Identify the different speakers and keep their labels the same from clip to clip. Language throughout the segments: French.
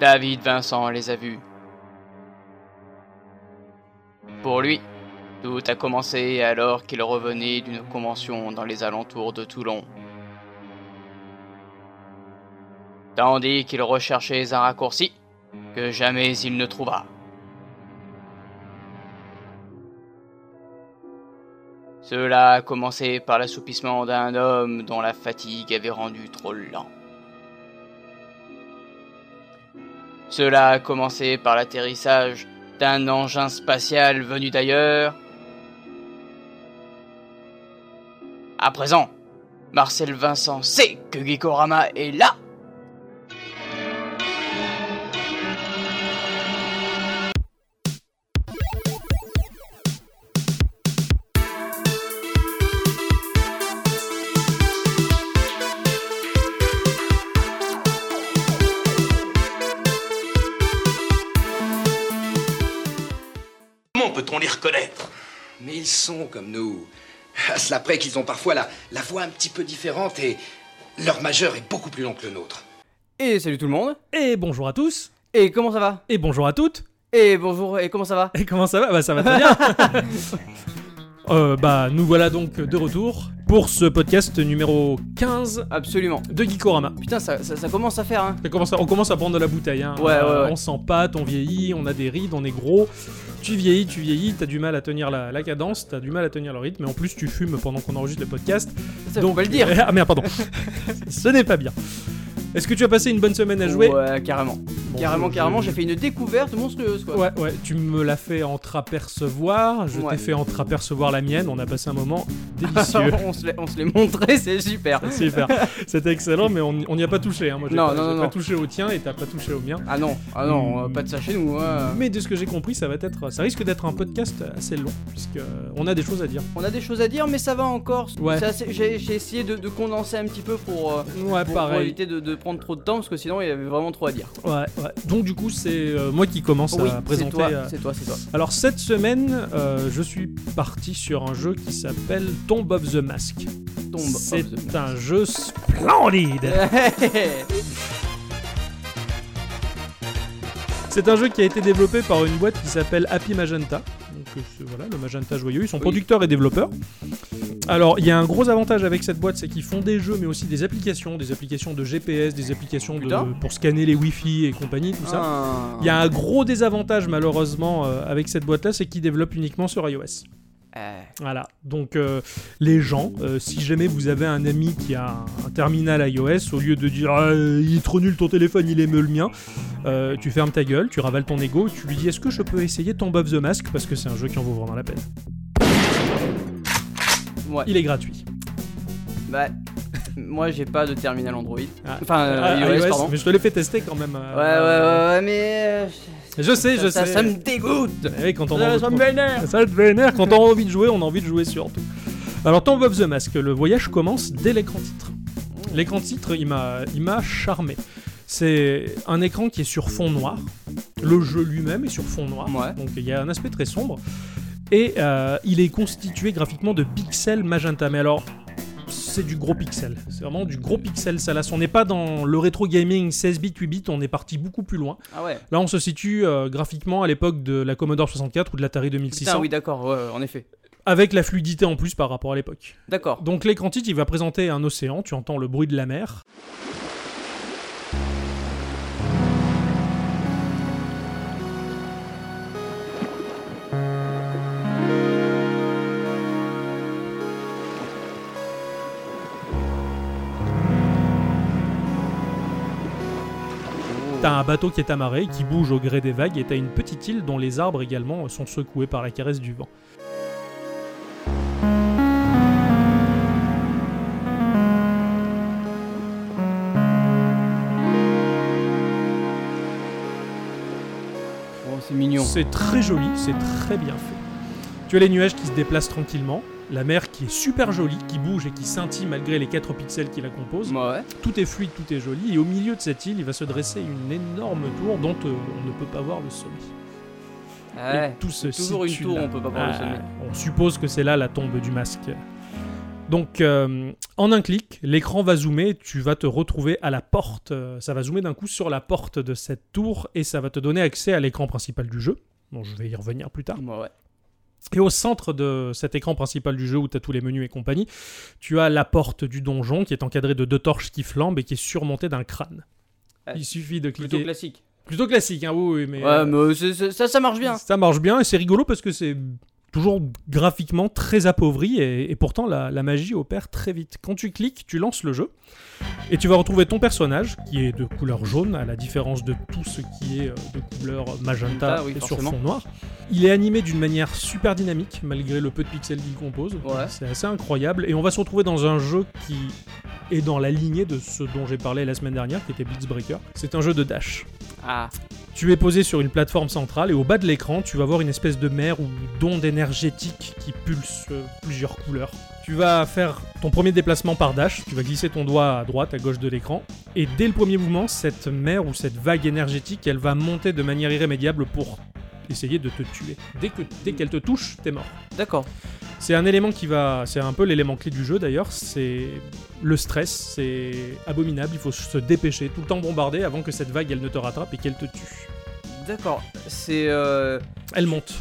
Speaker 1: David Vincent les a vus. Pour lui, tout a commencé alors qu'il revenait d'une convention dans les alentours de Toulon. Tandis qu'il recherchait un raccourci que jamais il ne trouva. Cela a commencé par l'assoupissement d'un homme dont la fatigue avait rendu trop lent. Cela a commencé par l'atterrissage d'un engin spatial venu d'ailleurs. À présent, Marcel Vincent sait que Gekorama est là
Speaker 2: Comment peut-on les reconnaître
Speaker 3: Mais ils sont comme nous. À cela près qu'ils ont parfois la, la voix un petit peu différente et leur majeur est beaucoup plus long que le nôtre.
Speaker 4: Et salut tout le monde.
Speaker 5: Et bonjour à tous,
Speaker 4: Et comment ça va
Speaker 5: et bonjour à toutes,
Speaker 4: Et bonjour, et comment ça va
Speaker 5: et comment ça va Bah ça va très bien Euh, Bah nous voilà donc de retour pour ce podcast numéro 15
Speaker 4: Absolument.
Speaker 5: de Geekorama.
Speaker 4: Putain, ça, ça, ça commence à faire, hein.
Speaker 5: Ça commence à- on commence à prendre de la bouteille, hein.
Speaker 4: Ouais, ouais, ouais.
Speaker 5: On s'empâte, on vieillit, on a des rides, on est gros. Tu vieillis, tu vieillis, t'as du mal à tenir la, la cadence, t'as du mal à tenir le rythme, et en plus tu fumes pendant qu'on enregistre le podcast.
Speaker 4: Ça, on va le dire.
Speaker 5: Ah merde, pardon. Ce n'est pas bien. Est-ce que tu as passé une bonne semaine à jouer
Speaker 4: Ouais, carrément.
Speaker 5: Bon,
Speaker 4: carrément,
Speaker 5: je-
Speaker 4: carrément,
Speaker 5: je-
Speaker 4: j'ai fait une découverte monstrueuse, quoi.
Speaker 5: Ouais, ouais, tu me l'as fait entreapercevoir, je t'ai
Speaker 4: Ouais.
Speaker 5: fait entreapercevoir la mienne, on a passé un moment délicieux.
Speaker 4: on se l'est- on se l'est montré, c'est super.
Speaker 5: Super, c'était excellent, mais on n'y- on n'y a pas touché. Hein. Moi, j'ai
Speaker 4: Non,
Speaker 5: pas,
Speaker 4: non,
Speaker 5: j'ai
Speaker 4: non,
Speaker 5: pas
Speaker 4: non.
Speaker 5: touché au tien et t'as pas touché au mien.
Speaker 4: Ah non, ah
Speaker 5: Hmm.
Speaker 4: non, euh, pas de ça chez nous, hein.
Speaker 5: Mais de ce que j'ai compris, ça va être, ça risque d'être un podcast assez long, puisque euh, on a des choses à dire.
Speaker 4: On a des choses à dire, mais ça va encore.
Speaker 5: Ouais.
Speaker 4: C'est assez- J'ai j'ai essayé de, de condenser un petit peu pour, euh,
Speaker 5: Ouais,
Speaker 4: pour- pour
Speaker 5: pareil.
Speaker 4: éviter de, de prendre trop de temps, parce que sinon il y avait vraiment trop à dire.
Speaker 5: Ouais, ouais. Donc du coup, c'est euh, moi qui commence
Speaker 4: oui,
Speaker 5: à
Speaker 4: c'est
Speaker 5: présenter.
Speaker 4: toi,
Speaker 5: euh,
Speaker 4: c'est toi, c'est toi.
Speaker 5: Alors cette semaine, euh, je suis parti sur un jeu qui s'appelle Tomb of the Mask.
Speaker 4: Tombe. Oh,
Speaker 5: C'est
Speaker 4: of the-
Speaker 5: un jeu splendide. C'est un jeu qui a été développé par une boîte qui s'appelle Happy Magenta. Donc euh, c'est- voilà, le Magenta joyeux, ils sont producteurs et développeurs. Alors, il y a un gros avantage avec cette boîte, c'est qu'ils font des jeux, mais aussi des applications, des applications de GPS, des applications de-
Speaker 4: Putain.
Speaker 5: pour scanner les Wi-Fi et compagnie, tout ça.
Speaker 4: Ah.
Speaker 5: Il y a un gros désavantage malheureusement euh, avec cette boîte-là, c'est qu'ils développent uniquement sur iOS.
Speaker 4: Euh,
Speaker 5: Voilà, donc euh, les gens, euh, si jamais vous avez un ami qui a un- un terminal iOS, au lieu de dire Ah, il est trop nul ton téléphone, il est mieux le mien, euh, tu fermes ta gueule, tu ravales ton ego, tu lui dis est-ce que je peux essayer Tomb of the Mask parce que c'est un jeu qui en vaut vraiment la peine.
Speaker 4: ouais.
Speaker 5: Il est gratuit.
Speaker 4: Bah, moi j'ai pas de terminal Android.
Speaker 5: Ah.
Speaker 4: Enfin, euh,
Speaker 5: Ah,
Speaker 4: iOS, pardon.
Speaker 5: mais je te l'ai fait tester quand même. euh,
Speaker 4: Ouais, ouais, ouais, ouais, mais. euh,
Speaker 5: Je sais,
Speaker 4: ça,
Speaker 5: je
Speaker 4: ça-
Speaker 5: sais.
Speaker 4: ça me dégoûte
Speaker 5: Eh oui, quand on
Speaker 4: Ça,
Speaker 5: en-
Speaker 4: ça me vénère
Speaker 5: Ça te vénère, quand on a envie de jouer, on a envie de jouer surtout. Alors Tomb of the Mask, le voyage commence dès l'écran titre. L'écran titre, il m'a il m'a charmé. C'est un écran qui est sur fond noir. Le jeu lui-même est sur fond noir.
Speaker 4: Ouais.
Speaker 5: Donc il y a un aspect très sombre. Et euh, il est constitué graphiquement de pixels magenta. Mais alors, c'est du gros pixel. C'est vraiment du gros pixel salace. On n'est pas dans le rétro gaming 16 bits, 8 bits. On est parti beaucoup plus loin.
Speaker 4: Ah ouais
Speaker 5: Là, on se situe euh, graphiquement à l'époque de la Commodore 64 ou de l'Atari 2600
Speaker 4: Putain, oui, d'accord, ouais, ouais, en effet.
Speaker 5: avec la fluidité en plus par rapport à l'époque.
Speaker 4: D'accord.
Speaker 5: Donc l'écran titre, il va présenter un océan, tu entends le bruit de la mer. T'as un bateau qui est amarré, qui bouge au gré des vagues, et t'as une petite île dont les arbres également sont secoués par la caresse du vent.
Speaker 4: Oh, c'est mignon.
Speaker 5: C'est très joli, c'est très bien fait. Tu as les nuages qui se déplacent tranquillement, la mer qui est super jolie, qui bouge et qui scintille malgré les 4 pixels qui la composent.
Speaker 4: Bah Ouais.
Speaker 5: Tout est fluide, tout est joli, et au milieu de cette île, il va se dresser une énorme tour dont euh, on ne peut pas voir le sommet.
Speaker 4: Ah
Speaker 5: Et
Speaker 4: ouais.
Speaker 5: tout se
Speaker 4: Toujours une
Speaker 5: situe
Speaker 4: tour,
Speaker 5: là.
Speaker 4: on peut pas voir le
Speaker 5: Ah,
Speaker 4: sommet.
Speaker 5: on suppose que c'est là la tombe du masque. Donc, euh, en un clic, l'écran va zoomer, tu vas te retrouver à la porte. euh, Ça va zoomer d'un coup sur la porte de cette tour et ça va te donner accès à l'écran principal du jeu. Bon, je vais y revenir plus tard.
Speaker 4: Bah Ouais, ouais.
Speaker 5: Et au centre de cet écran principal du jeu où tu as tous les menus et compagnie, tu as la porte du donjon qui est encadrée de deux torches qui flambent et qui est surmontée d'un crâne.
Speaker 4: Ouais.
Speaker 5: Il suffit de cliquer.
Speaker 4: Euh, Plutôt classique.
Speaker 5: Plutôt classique, hein, oui, oui, mais.
Speaker 4: ouais,
Speaker 5: euh,
Speaker 4: mais euh, c'est- c'est- ça, ça marche bien.
Speaker 5: ça marche bien et c'est rigolo parce que c'est toujours graphiquement très appauvri et, et pourtant la, la magie opère très vite. Quand tu cliques, tu lances le jeu et tu vas retrouver ton personnage qui est de couleur jaune à la différence de tout ce qui est euh, de couleur magenta
Speaker 4: Ah oui,
Speaker 5: et sur
Speaker 4: forcément.
Speaker 5: fond noir. Il est animé d'une manière super dynamique malgré le peu de pixels qu'il compose.
Speaker 4: Ouais.
Speaker 5: C'est assez incroyable et on va se retrouver dans un jeu qui est dans la lignée de ce dont j'ai parlé la semaine dernière qui était Blitzbreaker. C'est un jeu de dash.
Speaker 4: Ah,
Speaker 5: Tu es posé sur une plateforme centrale et au bas de l'écran, tu vas voir une espèce de mer ou d'onde énergétique qui pulse euh, plusieurs couleurs. Tu vas faire ton premier déplacement par dash, tu vas glisser ton doigt à droite, à gauche de l'écran, et dès le premier mouvement, cette mer ou cette vague énergétique, elle va monter de manière irrémédiable pour essayer de te tuer. Dès que dès qu'elle te touche, t'es mort.
Speaker 4: d'accord.
Speaker 5: C'est un élément qui va. C'est un peu l'élément clé du jeu d'ailleurs, c'est le stress, c'est abominable, il faut se dépêcher, tout le temps bombarder avant que cette vague elle ne te rattrape et qu'elle te tue.
Speaker 4: D'accord. C'est. euh,
Speaker 5: Elle monte.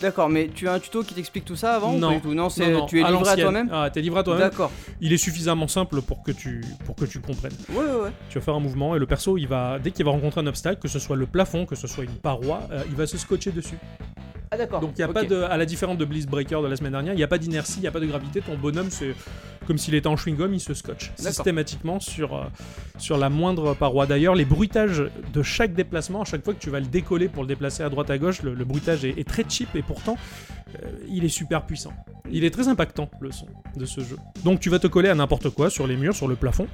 Speaker 4: D'accord, mais tu as un tuto qui t'explique tout ça avant ou
Speaker 5: Non.
Speaker 4: pas du tout Non, c'est
Speaker 5: Non, non,
Speaker 4: tu es livré à
Speaker 5: l'ancienne.
Speaker 4: toi-même
Speaker 5: Ah, t'es livré à toi-même.
Speaker 4: D'accord.
Speaker 5: Il est suffisamment simple pour que tu pour que tu comprennes.
Speaker 4: Ouais, ouais, ouais.
Speaker 5: Tu vas faire un mouvement et le perso, il va dès qu'il va rencontrer un obstacle, que ce soit le plafond, que ce soit une paroi, euh, il va se scotcher dessus.
Speaker 4: Ah, d'accord.
Speaker 5: Donc il y a
Speaker 4: ok.
Speaker 5: pas de à la différence de Blitzbreaker de la semaine dernière, il n'y a pas d'inertie, il n'y a pas de gravité, ton bonhomme c'est comme s'il était en chewing-gum, il se scotche
Speaker 4: D'accord.
Speaker 5: systématiquement sur, euh, sur la moindre paroi. D'ailleurs, les bruitages de chaque déplacement, à chaque fois que tu vas le décoller pour le déplacer à droite à gauche, le, le bruitage est, est très cheap et pourtant euh, il est super puissant. Il est très impactant le son de ce jeu. Donc tu vas te coller à n'importe quoi, sur les murs, sur le plafond,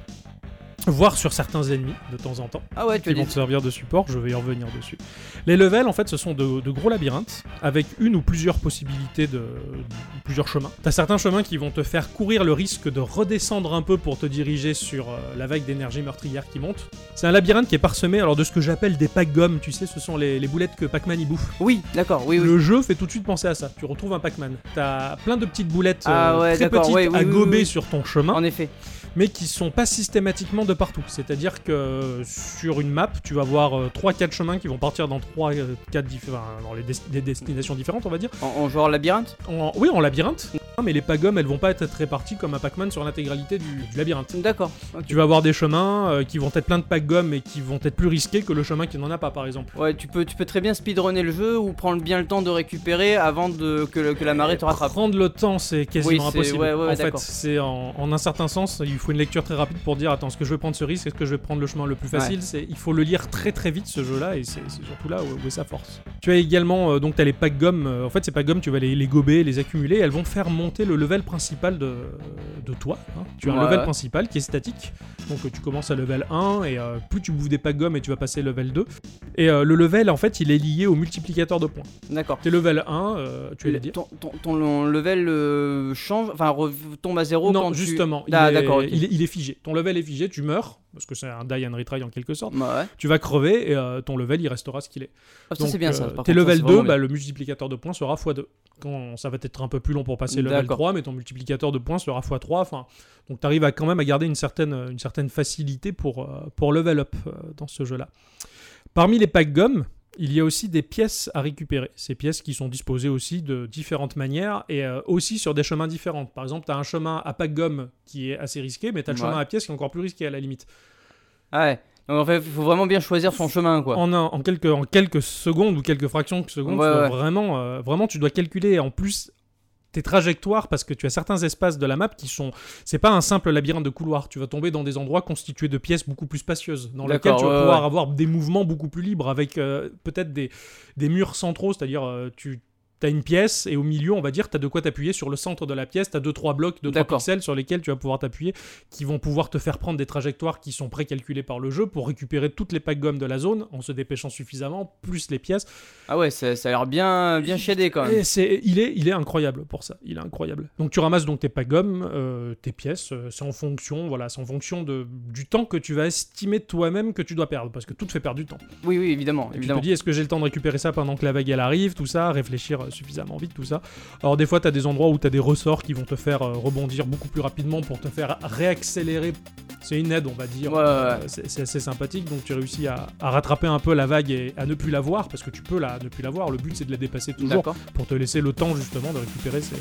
Speaker 5: voire sur certains ennemis de temps en temps
Speaker 4: Ah, ouais, tu as
Speaker 5: qui vont
Speaker 4: dit.
Speaker 5: te servir de support, je vais y revenir dessus. Les levels, en fait, ce sont de, de gros labyrinthes avec une ou plusieurs possibilités de, de- plusieurs chemins. T'as certains chemins qui vont te faire courir le risque de redescendre un peu pour te diriger sur euh, la vague d'énergie meurtrière qui monte. C'est un labyrinthe qui est parsemé alors de ce que j'appelle des pack gommes, tu sais, ce sont les, les boulettes que Pac-Man y bouffe.
Speaker 4: Oui, d'accord, oui, oui.
Speaker 5: Le jeu fait tout de suite penser à ça. Tu retrouves un Pac-Man. T'as plein de petites boulettes
Speaker 4: Ah
Speaker 5: euh,
Speaker 4: ouais,
Speaker 5: très
Speaker 4: d'accord,
Speaker 5: petites
Speaker 4: ouais, oui,
Speaker 5: à
Speaker 4: oui, oui,
Speaker 5: gober
Speaker 4: oui.
Speaker 5: sur ton chemin
Speaker 4: En effet.
Speaker 5: mais qui sont pas systématiquement de partout. C'est-à-dire que euh, sur une map, tu vas voir 3-4 chemins qui vont partir dans euh, 3 4 différents dans les des- des destinations différentes, on va dire.
Speaker 4: En, en joueur labyrinthe
Speaker 5: En- oui, en labyrinthe. Mais les pagommes, elles vont pas être réparties comme un Pac-Man sur l'intégralité du, du labyrinthe.
Speaker 4: D'accord. ok.
Speaker 5: Tu vas avoir des chemins euh, qui vont être plein de pagommes et qui vont être plus risqués que le chemin qui n'en a pas, par exemple.
Speaker 4: Ouais, tu peux, tu peux très bien speedrunner le jeu ou prendre bien le temps de récupérer avant de, que, le- que la marée te rattrape.
Speaker 5: Prendre le temps, c'est quasiment
Speaker 4: Oui, c'est-
Speaker 5: impossible.
Speaker 4: ouais, ouais,
Speaker 5: en fait,
Speaker 4: d'accord.
Speaker 5: c'est en, en un certain sens, il faut une lecture très rapide pour dire attends, est-ce que je vais prendre ce risque, est-ce que je vais prendre le chemin le plus facile C'est Il faut le lire très très vite ce jeu-là et c'est c'est surtout là où, où est sa force. Tu as également euh, donc as les packs gommes. euh, en fait, ces packs gommes, tu vas les, les gober, les accumuler. et elles vont faire monter le level principal de, de toi. hein. Tu as un
Speaker 4: Ouais,
Speaker 5: level
Speaker 4: ouais.
Speaker 5: principal qui est statique. Donc euh, tu commences à level 1 et euh, plus tu bouffes des packs gommes et tu vas passer level 2. Et euh, le level, en fait, il est lié au multiplicateur de points.
Speaker 4: D'accord.
Speaker 5: T'es level 1, euh, tu l'as dit.
Speaker 4: Ton, ton, ton level euh, change, enfin rev- tombe à zéro
Speaker 5: non,
Speaker 4: quand tu-
Speaker 5: justement, il,
Speaker 4: Ah,
Speaker 5: est,
Speaker 4: d'accord. ok.
Speaker 5: il, est, il est figé. Ton level est figé, tu meurs, parce que c'est un die and retry en quelque sorte.
Speaker 4: Bah Ouais, ouais.
Speaker 5: Tu vas crever et euh, ton level, il restera ce qu'il est.
Speaker 4: Ah, ça
Speaker 5: Donc,
Speaker 4: c'est bien ça.
Speaker 5: euh,
Speaker 4: par
Speaker 5: T'es
Speaker 4: contre, ça,
Speaker 5: level
Speaker 4: c'est
Speaker 5: 2,
Speaker 4: vraiment
Speaker 5: bah, le multiplicateur de points sera x2. Quand ça va être un peu plus long pour passer level
Speaker 4: D'accord.
Speaker 5: 3, mais ton multiplicateur de points sera x3. Enfin, donc t'arrives à quand même à garder une certaine, une certaine facilité pour, euh, pour level up euh, dans ce jeu-là. Parmi les packs gommes, il y a aussi des pièces à récupérer. Ces pièces qui sont disposées aussi de différentes manières et euh, aussi sur des chemins différents. Par exemple, tu as un chemin à pack gomme qui est assez risqué, mais tu as le
Speaker 4: Ouais.
Speaker 5: chemin à pièces qui est encore plus risqué à la limite.
Speaker 4: bien. Ah ouais. Donc en fait, il faut vraiment bien choisir son chemin quoi.
Speaker 5: En, un- en, quelques, en quelques secondes ou quelques fractions de secondes,
Speaker 4: Ouais,
Speaker 5: tu dois
Speaker 4: ouais.
Speaker 5: Vraiment, euh, vraiment, tu dois calculer en plus tes trajectoires parce que tu as certains espaces de la map qui sont. C'est pas un simple labyrinthe de couloirs. Tu vas tomber dans des endroits constitués de pièces beaucoup plus spacieuses, dans lesquelles
Speaker 4: D'accord,
Speaker 5: tu vas
Speaker 4: ouais,
Speaker 5: pouvoir
Speaker 4: ouais.
Speaker 5: avoir des mouvements beaucoup plus libres avec euh, peut-être des, des murs centraux, c'est-à-dire euh, tu. T'as une pièce et au milieu, on va dire, t'as de quoi t'appuyer sur le centre de la pièce. T'as deux trois blocs, deux trois
Speaker 4: D'accord.
Speaker 5: pixels sur lesquels tu vas pouvoir t'appuyer, qui vont pouvoir te faire prendre des trajectoires qui sont précalculées par le jeu pour récupérer toutes les packs gommes de la zone en se dépêchant suffisamment, plus les pièces.
Speaker 4: Ah ouais, ça, ça a l'air bien, bien shadé quand même.
Speaker 5: Et c'est, il est, il est incroyable pour ça. Il est incroyable. Donc tu ramasses donc tes pagommes, euh, tes pièces. euh, c'est en fonction, voilà, c'est en fonction de, du temps que tu vas estimer toi-même que tu dois perdre, parce que tout te fait perdre du temps.
Speaker 4: Oui, oui,
Speaker 5: Et
Speaker 4: évidemment,
Speaker 5: tu te
Speaker 4: évidemment.
Speaker 5: dis, est-ce que j'ai le temps de récupérer ça pendant que la vague elle arrive, tout ça, réfléchir euh, suffisamment vite, tout ça. Alors des fois, t'as des endroits où t'as des ressorts qui vont te faire euh, rebondir beaucoup plus rapidement pour te faire réaccélérer. C'est une aide, on va dire.
Speaker 4: Ouais, ouais, ouais.
Speaker 5: Euh, c'est c'est assez sympathique, donc tu réussis à, à rattraper un peu la vague et à ne plus la voir, parce que tu peux la, ne plus la voir. Le but, c'est de la dépasser toujours
Speaker 4: D'accord.
Speaker 5: pour te laisser le temps justement de récupérer ces.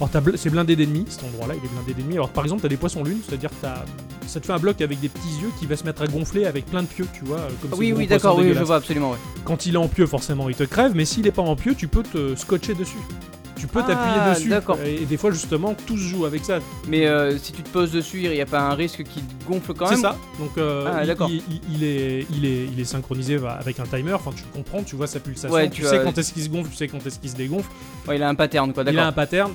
Speaker 5: Alors t'as bl- c'est blindé d'ennemis, cet endroit-là, il est blindé d'ennemis. Alors par exemple, t'as des poissons lunes, c'est-à-dire que t'as- ça te fait un bloc avec des petits yeux qui va se mettre à gonfler avec plein de pieux, tu vois. euh, Comme ces
Speaker 4: Ah Oui,
Speaker 5: gros
Speaker 4: oui,
Speaker 5: poissons
Speaker 4: d'accord, oui, je
Speaker 5: dégueulasses.
Speaker 4: vois absolument. ouais.
Speaker 5: Quand il est en pieu, forcément, il te crève, mais s'il est pas en pieu, tu peux te scotcher dessus. Tu peux
Speaker 4: Ah,
Speaker 5: t'appuyer dessus.
Speaker 4: d'accord.
Speaker 5: Et et des fois, justement, tout se joue avec ça.
Speaker 4: Mais euh, si tu te poses dessus, il n'y a pas un risque qui te gonfle quand
Speaker 5: C'est
Speaker 4: même
Speaker 5: ça. Donc, euh,
Speaker 4: Ah,
Speaker 5: il-
Speaker 4: d'accord.
Speaker 5: il, il est, il, est, il est synchronisé va- avec un timer. Enfin, tu comprends, tu vois sa pulsation.
Speaker 4: Ouais,
Speaker 5: tu
Speaker 4: tu
Speaker 5: sais
Speaker 4: as-
Speaker 5: quand est-ce qu'il se gonfle, tu sais quand est-ce qu'il se dégonfle.
Speaker 4: Ouais, il a un pattern, quoi,
Speaker 5: Il a un
Speaker 4: Ah, d'accord.
Speaker 5: pattern.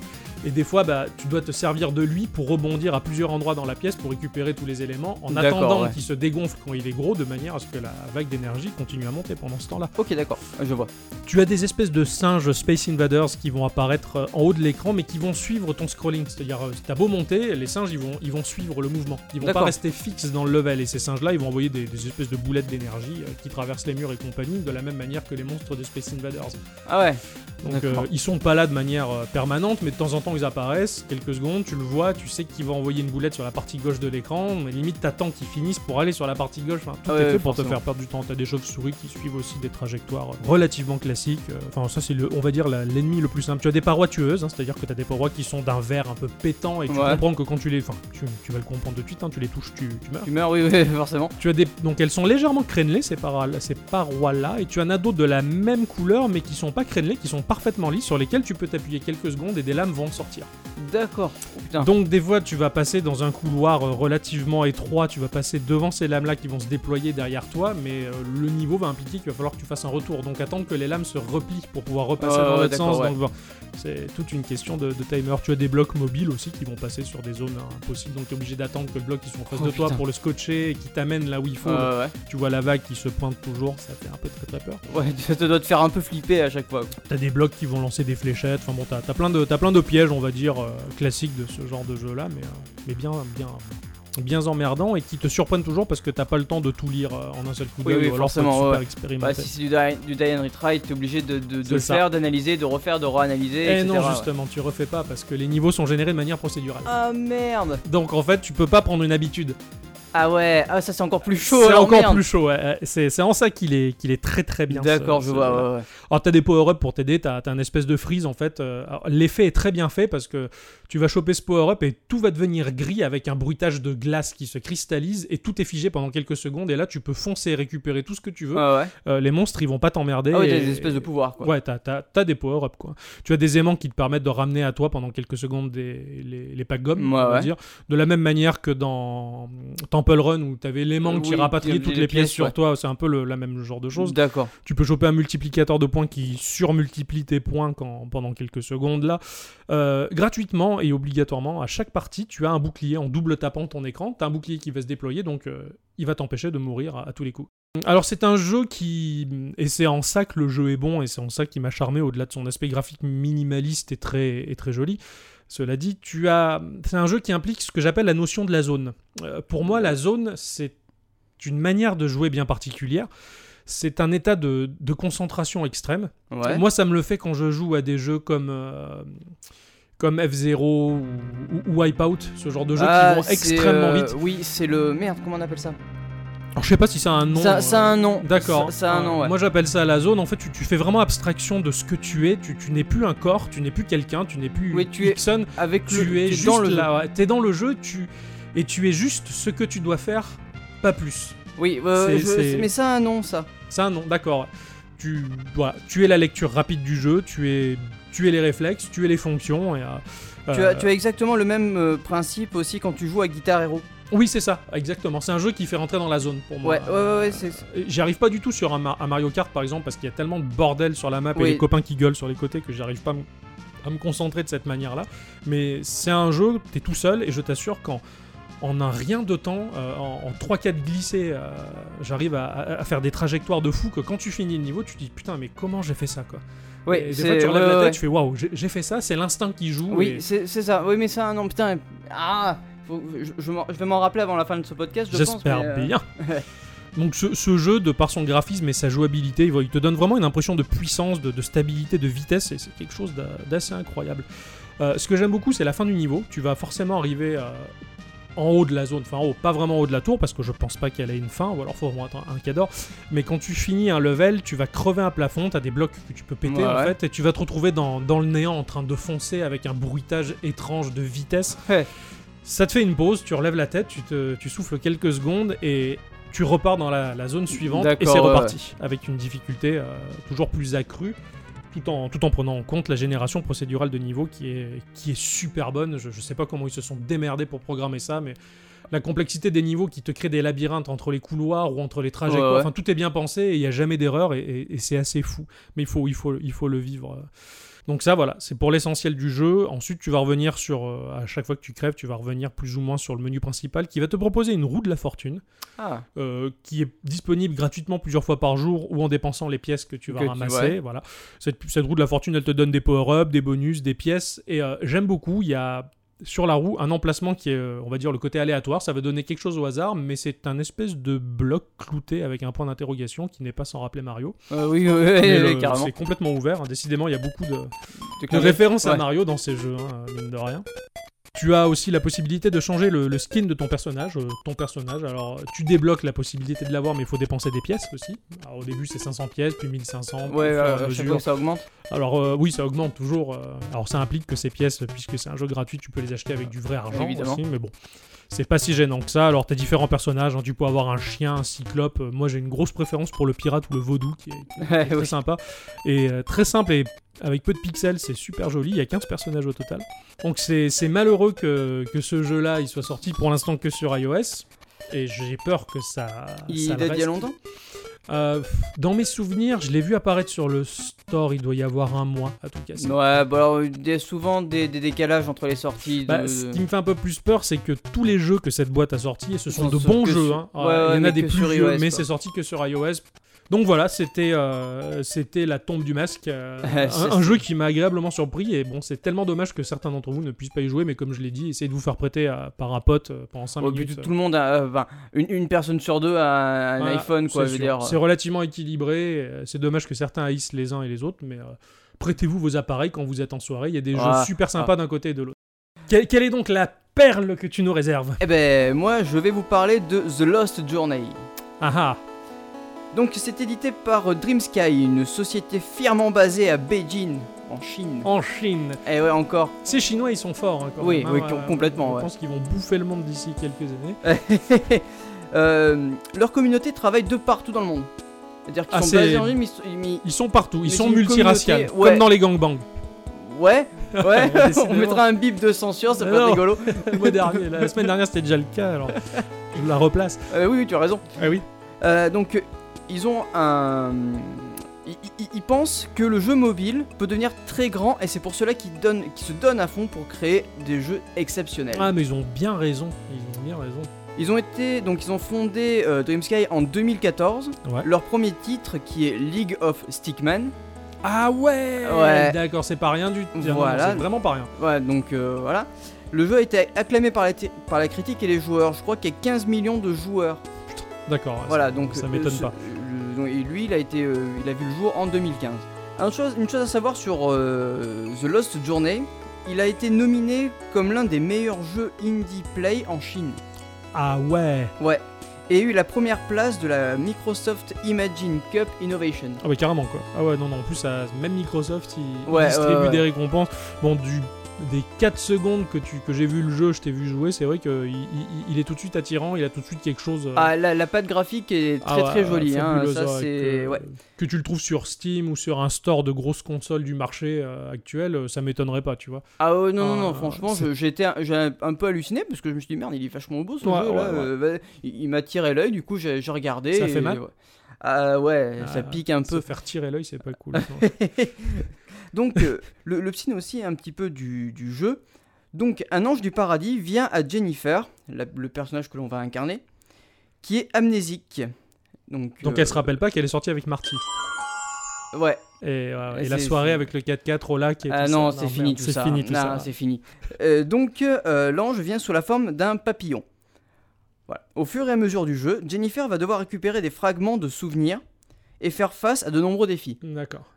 Speaker 5: Et des fois, bah, tu dois te servir de lui pour rebondir à plusieurs endroits dans la pièce pour récupérer tous les éléments en
Speaker 4: D'accord,
Speaker 5: attendant
Speaker 4: ouais.
Speaker 5: qu'il se dégonfle quand il est gros, de manière à ce que la vague d'énergie continue à monter pendant ce temps-là.
Speaker 4: Ok, d'accord, Euh, je vois.
Speaker 5: Tu as des espèces de singes Space Invaders qui vont apparaître euh, en haut de l'écran, mais qui vont suivre ton scrolling. C'est-à-dire, euh, t'as beau monter, les singes, ils vont, ils vont suivre le mouvement. Ils vont pas
Speaker 4: D'accord.
Speaker 5: rester fixes dans le level. Et ces singes-là, ils vont envoyer des, des espèces de boulettes d'énergie euh, qui traversent les murs et compagnie, de la même manière que les monstres de Space Invaders.
Speaker 4: Ah ouais,
Speaker 5: Donc,
Speaker 4: D'accord.
Speaker 5: euh, ils sont pas là de manière euh, permanente, mais de temps en temps, ils apparaissent. Quelques secondes, tu le vois, tu sais qu'il va envoyer une boulette sur la partie gauche de l'écran, mais limite, t'attends qu'ils finissent pour aller sur la partie gauche. Enfin, tout
Speaker 4: Ah
Speaker 5: est
Speaker 4: ouais,
Speaker 5: fait pour te
Speaker 4: forcément.
Speaker 5: faire perdre du temps. T'as des chauves-souris qui suivent aussi des trajectoires euh, relativement classiques. Euh, Enfin, ça, c'est, le, on va dire, la- l'ennemi le plus simple. Tu as des parois tueuses, hein, c'est-à-dire que t'as des parois qui sont d'un vert un peu pétant, et tu
Speaker 4: Ouais.
Speaker 5: comprends que quand tu les. Enfin, tu, tu vas le comprendre tout de suite, hein, tu les touches, tu, tu meurs.
Speaker 4: tu meurs, oui, oui, forcément.
Speaker 5: Tu as des... Donc elles sont légèrement crénelées, ces, parois- ces parois-là, et tu en as d'autres de la même couleur, mais qui sont pas crénelées, qui sont parfaitement lisses, sur lesquelles tu peux t'appuyer quelques secondes et des lames vont sortir.
Speaker 4: D'accord. Oh, putain.
Speaker 5: Donc des fois, tu vas passer dans un couloir euh, relativement étroit, tu vas passer devant ces lames-là qui vont se déployer derrière toi, mais euh, le niveau va impliquer qu'il va falloir que tu fasses un retour. Donc attendre que les lames se replient pour pouvoir repasser
Speaker 4: Ouais,
Speaker 5: dans
Speaker 4: ouais,
Speaker 5: l'autre
Speaker 4: d'accord,
Speaker 5: sens.
Speaker 4: ouais.
Speaker 5: Donc, bon, c'est toute une question de, de timer. Tu as des blocs mobiles aussi qui vont passer sur des zones euh, impossibles, donc tu es obligé d'attendre que le bloc qui soit en face
Speaker 4: Oh,
Speaker 5: de toi
Speaker 4: putain.
Speaker 5: pour le scotcher et qui t'amène là où il faut.
Speaker 4: Ouais, ouais,
Speaker 5: Tu vois la vague qui se pointe toujours, ça fait un peu très très peur.
Speaker 4: ouais. Ouais, ça te doit te faire un peu flipper à chaque fois. quoi.
Speaker 5: T'as des blocs qui vont lancer des fléchettes, enfin bon, t'as t'as plein, de- t'as plein de pièges, on va dire, euh, classiques de ce genre de jeu là, mais, euh, mais bien, bien, bien emmerdant et qui te surprennent toujours parce que t'as pas le temps de tout lire euh, en un seul coup
Speaker 4: Oui,
Speaker 5: d'œil,
Speaker 4: oui,
Speaker 5: ou alors faut être
Speaker 4: forcément,
Speaker 5: super
Speaker 4: ouais. Bah,
Speaker 5: expérimenté.
Speaker 4: si c'est du die, du die and retry, t'es obligé de, de, de
Speaker 5: C'est
Speaker 4: le
Speaker 5: ça.
Speaker 4: faire, d'analyser, de refaire, de reanalyser,
Speaker 5: et
Speaker 4: etc.
Speaker 5: Eh non,
Speaker 4: ouais.
Speaker 5: justement, tu refais pas parce que les niveaux sont générés de manière procédurale.
Speaker 4: Ah merde
Speaker 5: Donc en fait, tu peux pas prendre une habitude.
Speaker 4: Ah ouais, ah ça c'est encore plus chaud
Speaker 5: c'est
Speaker 4: alors,
Speaker 5: encore
Speaker 4: merde.
Speaker 5: plus chaud. ouais, euh, C'est c'est en ça qu'il est, qu'il est très très bien. ce-
Speaker 4: D'accord, je
Speaker 5: ce
Speaker 4: vois,
Speaker 5: jeu-là.
Speaker 4: ouais, ouais.
Speaker 5: Alors t'as des power-up pour t'aider, t'as as un espèce de freeze en fait. euh, alors, L'effet est très bien fait parce que tu vas choper ce power-up et tout va devenir gris avec un bruitage de glace qui se cristallise et tout est figé pendant quelques secondes et là tu peux foncer et récupérer tout ce que tu veux.
Speaker 4: Ouais, ouais.
Speaker 5: Euh, les monstres ils vont pas t'emmerder.
Speaker 4: Ah ouais, t'as
Speaker 5: et-
Speaker 4: des espèces de pouvoirs quoi.
Speaker 5: Ouais, t'as t'as- t'as des power-up quoi. Tu as des aimants qui te permettent de ramener à toi pendant quelques secondes des, les, les packs gommes,
Speaker 4: Ouais,
Speaker 5: on va
Speaker 4: ouais.
Speaker 5: dire. De la même manière que dans Temple Run où t'avais l'aimant
Speaker 4: Euh,
Speaker 5: qui
Speaker 4: oui,
Speaker 5: rapatriait
Speaker 4: qui-
Speaker 5: toutes
Speaker 4: les
Speaker 5: les pièces
Speaker 4: pièces,
Speaker 5: sur
Speaker 4: ouais.
Speaker 5: toi, c'est un peu le, la même genre de chose.
Speaker 4: D'accord.
Speaker 5: Tu peux choper un multiplicateur de points qui surmultiplie tes points quand, pendant quelques secondes là. Euh, gratuitement et obligatoirement, à chaque partie, tu as un bouclier en double tapant ton écran. Tu as un bouclier qui va se déployer, donc euh, il va t'empêcher de mourir à, à tous les coups. Alors c'est un jeu qui... Et c'est en ça que le jeu est bon, et c'est en ça qui m'a charmé au-delà de son aspect graphique minimaliste et très, et très joli. Cela dit, tu as... C'est un jeu qui implique ce que j'appelle la notion de la zone. Euh, pour moi, la zone, c'est une manière de jouer bien particulière. C'est un état de, de concentration extrême.
Speaker 4: Ouais.
Speaker 5: Moi, ça me le fait quand je joue à des jeux comme, euh, comme F-Zero ou, ou- ou Wipeout, ce genre de jeux
Speaker 4: Ah,
Speaker 5: qui vont
Speaker 4: c'est,
Speaker 5: extrêmement
Speaker 4: euh,
Speaker 5: vite.
Speaker 4: Oui, c'est le. Merde, comment on appelle ça
Speaker 5: Alors, je sais pas si ça a un nom.
Speaker 4: euh, ça, ça a
Speaker 5: euh,
Speaker 4: un nom.
Speaker 5: D'accord.
Speaker 4: Ça, ça a un nom, ouais.
Speaker 5: Moi, j'appelle ça la zone. En fait, tu, tu fais vraiment abstraction de ce que tu es. Tu, tu n'es plus un corps, tu n'es plus quelqu'un, tu n'es plus
Speaker 4: Oui, tu es-
Speaker 5: Nixon.
Speaker 4: Avec
Speaker 5: Tu
Speaker 4: le,
Speaker 5: es
Speaker 4: t'es
Speaker 5: juste
Speaker 4: dans le jeu.
Speaker 5: là. ouais. T'es dans le jeu tu... et tu es juste ce que tu dois faire, pas plus.
Speaker 4: Oui, euh,
Speaker 5: C'est-
Speaker 4: je-
Speaker 5: c'est-
Speaker 4: mais ça a un nom ça.
Speaker 5: Ça, non, d'accord. Tu, voilà, tu es la lecture rapide du jeu, tu es, tu es les réflexes, tu es les fonctions. Et, euh,
Speaker 4: Tu,
Speaker 5: euh,
Speaker 4: as, tu as exactement le même euh, principe aussi quand tu joues à Guitar Hero.
Speaker 5: Oui, c'est ça, exactement. C'est un jeu qui fait rentrer dans la zone pour moi.
Speaker 4: Ouais, ouais, ouais, ouais, c'est.
Speaker 5: Et J'y arrive pas du tout sur un, Mar- un Mario Kart par exemple parce qu'il y a tellement de bordel sur la map et
Speaker 4: Oui.
Speaker 5: les copains qui gueulent sur les côtés que j'arrive pas à me- à me concentrer de cette manière là. Mais c'est un jeu, t'es tout seul et je t'assure qu'en en un rien de temps, euh, en, en 3-4 glissés, euh, j'arrive à, à- à faire des trajectoires de fou que quand tu finis le niveau, tu te dis putain mais comment j'ai fait ça quoi.
Speaker 4: Ouais,
Speaker 5: Et des
Speaker 4: c'est-
Speaker 5: fois tu relèves
Speaker 4: ouais,
Speaker 5: la
Speaker 4: ouais,
Speaker 5: tête,
Speaker 4: ouais.
Speaker 5: tu fais waouh j'ai j'ai fait ça, c'est l'instinct qui joue.
Speaker 4: Oui,
Speaker 5: et-
Speaker 4: c'est c'est ça. Oui, mais ça a un nom. Putain, ah faut- je, je m'en- je vais m'en rappeler avant la fin de ce podcast, je pense.
Speaker 5: J'espère
Speaker 4: mais, euh,
Speaker 5: bien. Donc ce, ce jeu, de par son graphisme et sa jouabilité, il, il te donne vraiment une impression de puissance, de, de stabilité, de vitesse, et c'est quelque chose d'a- d'assez incroyable. Euh, ce que j'aime beaucoup, c'est la fin du niveau. Tu vas forcément arriver euh, en haut de la zone, enfin en haut, pas vraiment en haut de la tour, parce que je pense pas qu'elle ait une fin, ou alors faut vraiment attendre un cador. Mais quand tu finis un level, tu vas crever un plafond, t'as des blocs que tu peux péter
Speaker 4: Ouais,
Speaker 5: en
Speaker 4: ouais.
Speaker 5: fait, et tu vas te retrouver dans, dans le néant en train de foncer avec un bruitage étrange de vitesse.
Speaker 4: Ouais.
Speaker 5: Ça te fait une pause, tu relèves la tête, tu, te, tu souffles quelques secondes et tu repars dans la, la zone suivante et
Speaker 4: D'accord,
Speaker 5: c'est
Speaker 4: ouais,
Speaker 5: reparti avec une difficulté euh, toujours plus accrue tout en, tout en prenant en compte la génération procédurale de niveau qui est, qui est super bonne. Je, je sais pas comment ils se sont démerdés pour programmer ça, mais la complexité des niveaux qui te crée des labyrinthes entre les couloirs ou entre les trajets,
Speaker 4: Ouais,
Speaker 5: quoi.
Speaker 4: ouais.
Speaker 5: enfin tout est bien pensé et il n'y a jamais d'erreur et, et- et c'est assez fou. Mais il faut, il faut, il faut le vivre. Donc ça voilà, c'est pour l'essentiel du jeu. Ensuite, tu vas revenir sur euh, à chaque fois que tu crèves, tu vas revenir plus ou moins sur le menu principal qui va te proposer une roue de la fortune
Speaker 4: Ah,
Speaker 5: euh, qui est disponible gratuitement plusieurs fois par jour ou en dépensant les pièces que tu vas
Speaker 4: Que tu-
Speaker 5: ramasser.
Speaker 4: ouais.
Speaker 5: Voilà. Cette, cette roue de la fortune, elle te donne des power-ups, des bonus, des pièces. Et euh, j'aime beaucoup, il y a sur la roue un emplacement qui est, euh, on va dire, le côté aléatoire. Ça va donner quelque chose au hasard, mais c'est un espèce de bloc clouté avec un point d'interrogation qui n'est pas sans rappeler Mario.
Speaker 4: euh, oui, oui, oui,
Speaker 5: Mais
Speaker 4: oui,
Speaker 5: le-
Speaker 4: carrément.
Speaker 5: c'est complètement ouvert. hein. Décidément, il y a beaucoup de,
Speaker 4: Tu
Speaker 5: de
Speaker 4: connais-
Speaker 5: référence à
Speaker 4: Ouais.
Speaker 5: Mario dans ces jeux, hein, mine de rien. Tu as aussi la possibilité de changer le, le skin de ton personnage. euh, ton personnage, alors tu débloques la possibilité de l'avoir, mais il faut dépenser des pièces aussi. Alors, au début, c'est 500 pièces, puis 1500, puis
Speaker 4: Ouais,
Speaker 5: au fur et à
Speaker 4: euh, chaque
Speaker 5: mesure.
Speaker 4: fois que ça augmente.
Speaker 5: Alors euh, oui, ça augmente toujours. euh, alors ça implique que ces pièces, puisque c'est un jeu gratuit, tu peux les acheter avec du vrai argent
Speaker 4: Évidemment.
Speaker 5: aussi, mais bon. C'est pas si gênant que ça. Alors t'as différents personnages, hein, tu peux avoir un chien, un cyclope. euh, moi j'ai une grosse préférence pour le pirate ou le vaudou qui est, qui est
Speaker 4: Ouais,
Speaker 5: très
Speaker 4: Eh oui.
Speaker 5: sympa. Et euh, très simple et avec peu de pixels, c'est super joli. Il y a 15 personnages au total. Donc c'est c'est malheureux que, que ce jeu-là il soit sorti pour l'instant que sur iOS. Et j'ai peur que ça.
Speaker 4: Il
Speaker 5: ça le
Speaker 4: date d'il y a
Speaker 5: reste.
Speaker 4: longtemps
Speaker 5: Euh, pff, dans mes souvenirs, je l'ai vu apparaître sur le store, il doit y avoir un mois à tout casser.
Speaker 4: Ouais, bah alors, il y a souvent des, des décalages entre les sorties. De...
Speaker 5: Bah, ce qui me fait un peu plus peur, c'est que tous les jeux que cette boîte a sortis, et ce sont
Speaker 4: Sont
Speaker 5: de
Speaker 4: sur-
Speaker 5: bons
Speaker 4: que
Speaker 5: jeux,
Speaker 4: sur-
Speaker 5: hein.
Speaker 4: Ouais,
Speaker 5: Euh, il y
Speaker 4: ouais,
Speaker 5: en a
Speaker 4: mais
Speaker 5: des
Speaker 4: que
Speaker 5: plus
Speaker 4: sur
Speaker 5: vieux,
Speaker 4: iOS,
Speaker 5: mais
Speaker 4: quoi.
Speaker 5: c'est sorti que sur iOS. Donc voilà, c'était euh, c'était la tombe du masque, euh, un,
Speaker 4: C'est-
Speaker 5: un jeu qui m'a agréablement surpris et bon, c'est tellement dommage que certains d'entre vous ne puissent pas y jouer, mais comme je l'ai dit, essayez de vous faire prêter à- par un pote euh, pendant 5
Speaker 4: Au but
Speaker 5: minutes.
Speaker 4: de tout le monde, a, euh, ben, une, une personne sur deux a un
Speaker 5: Voilà,
Speaker 4: iPhone, quoi.
Speaker 5: Bah, c'est
Speaker 4: Je veux
Speaker 5: sûr.
Speaker 4: dire. euh.
Speaker 5: C'est relativement équilibré. euh, C'est dommage que certains haïssent les uns et les autres, mais euh, prêtez-vous vos appareils quand vous êtes en soirée. Il y a des
Speaker 4: Ah,
Speaker 5: jeux super sympas d'un côté et de l'autre. Quelle, quelle est donc la perle que tu nous réserves
Speaker 4: Eh ben, moi, je vais vous parler de The Lost Journey.
Speaker 5: Ah ah
Speaker 4: Donc, c'est édité par euh, Dream Sky, une société fièrement basée à Beijing, en Chine.
Speaker 5: En Chine.
Speaker 4: Eh ouais, encore.
Speaker 5: Ces Chinois, ils sont forts. hein, quand
Speaker 4: Oui,
Speaker 5: même, hein,
Speaker 4: oui, com- complètement,
Speaker 5: Je
Speaker 4: ouais.
Speaker 5: pense qu'ils vont bouffer le monde d'ici quelques années.
Speaker 4: Euh, leur communauté travaille de partout dans le monde. C'est-à-dire qu'ils
Speaker 5: Ah,
Speaker 4: sont
Speaker 5: c'est-
Speaker 4: basés en Chine, mais ils sont- mais-
Speaker 5: Ils sont partout. Ils
Speaker 4: Mais
Speaker 5: sont
Speaker 4: c'est une
Speaker 5: multiraciales,
Speaker 4: communauté, ouais.
Speaker 5: comme dans les gangbangs.
Speaker 4: Ouais, ouais, on
Speaker 5: Décidément.
Speaker 4: mettra un bip de censure, ça peut être
Speaker 5: Non.
Speaker 4: rigolo.
Speaker 5: Le mois dernier, la semaine dernière, c'était déjà le cas. Alors, je la replace.
Speaker 4: Euh, oui, oui, tu as raison.
Speaker 5: Ah oui.
Speaker 4: Euh, donc, euh, ils ont un. Ils, ils- ils pensent que le jeu mobile peut devenir très grand et c'est pour cela qu'ils donnent- qu'ils se donnent à fond pour créer des jeux exceptionnels.
Speaker 5: Ah, mais ils ont bien raison. Ils ont bien raison.
Speaker 4: Ils ont été donc ils ont fondé euh, Dream Sky en 2014.
Speaker 5: Ouais.
Speaker 4: Leur premier titre qui est League of Stickman.
Speaker 5: Ah ouais,
Speaker 4: Ouais.
Speaker 5: D'accord, c'est pas rien du tout. Ah
Speaker 4: Voilà.
Speaker 5: C'est vraiment pas rien.
Speaker 4: Ouais, donc euh, voilà. Le jeu a été acclamé par la, t- par la critique et les joueurs. Je crois qu'il y a 15 millions de joueurs.
Speaker 5: D'accord. ouais,
Speaker 4: Voilà, donc
Speaker 5: Ah, ça
Speaker 4: euh,
Speaker 5: m'étonne
Speaker 4: ce-
Speaker 5: pas.
Speaker 4: le- donc, et lui, il a été, euh, il a vu le jour en 2015. Un chose, une chose à savoir sur euh, The Lost Journey, il a été nominé comme l'un des meilleurs jeux indie play en Chine
Speaker 5: c'est- Ah ouais.
Speaker 4: et a eu la première place de la Microsoft Imagine Cup Innovation.
Speaker 5: Ah ouais, carrément quoi. Ah ouais, non, non. En plus, ça- même Microsoft, il
Speaker 4: Ouais,
Speaker 5: distribue
Speaker 4: ouais, ouais.
Speaker 5: des récompenses. Bon, du des 4 secondes que, tu, que j'ai vu le jeu, je t'ai vu jouer, c'est vrai qu'il il, il- il est tout de suite attirant, il a tout de suite quelque chose... euh,
Speaker 4: Ah, la, la patte graphique est
Speaker 5: ah
Speaker 4: très
Speaker 5: ouais,
Speaker 4: très jolie. hein,
Speaker 5: fabuleuse,
Speaker 4: Ça
Speaker 5: ouais,
Speaker 4: c'est
Speaker 5: que,
Speaker 4: ouais.
Speaker 5: que tu le trouves sur Steam ou sur un store de grosses consoles du marché euh, actuel, euh, ça m'étonnerait pas, tu vois.
Speaker 4: Ah ouais, non non non,
Speaker 5: Ah,
Speaker 4: franchement,
Speaker 5: c'est-
Speaker 4: je- j'étais un- j'ai un, un peu halluciné parce que je me suis dit merde, il est vachement beau ce
Speaker 5: Ouais,
Speaker 4: jeu
Speaker 5: ouais, ouais.
Speaker 4: là. euh, bah, il il m'a tiré l'œil, du coup j'ai j'ai regardé.
Speaker 5: Ça fait
Speaker 4: et-
Speaker 5: mal
Speaker 4: ouais. Ah ouais,
Speaker 5: Ah,
Speaker 4: ça pique un
Speaker 5: Se
Speaker 4: peu.
Speaker 5: faire tirer l'œil, c'est pas cool. non.
Speaker 4: Donc, euh, le, le psy aussi est un petit peu du, du jeu. Donc, un ange du paradis vient à Jennifer, la- le personnage que l'on va incarner, qui est amnésique. Donc,
Speaker 5: Donc
Speaker 4: euh,
Speaker 5: elle se rappelle pas qu'elle est sortie avec Marty.
Speaker 4: Ouais,
Speaker 5: Et, euh, et
Speaker 4: C'est-
Speaker 5: la soirée
Speaker 4: c'est-
Speaker 5: avec le 4x4 au lac. Et
Speaker 4: ah
Speaker 5: tout
Speaker 4: non,
Speaker 5: ça.
Speaker 4: c'est fini
Speaker 5: merde,
Speaker 4: tout
Speaker 5: c'est
Speaker 4: ça.
Speaker 5: Fini tout
Speaker 4: Non,
Speaker 5: ça.
Speaker 4: c'est fini. Euh, donc, euh, l'ange vient sous la forme d'un papillon. Voilà. Au fur et à mesure du jeu, Jennifer va devoir récupérer des fragments de souvenirs et faire face à de nombreux défis.
Speaker 5: D'accord.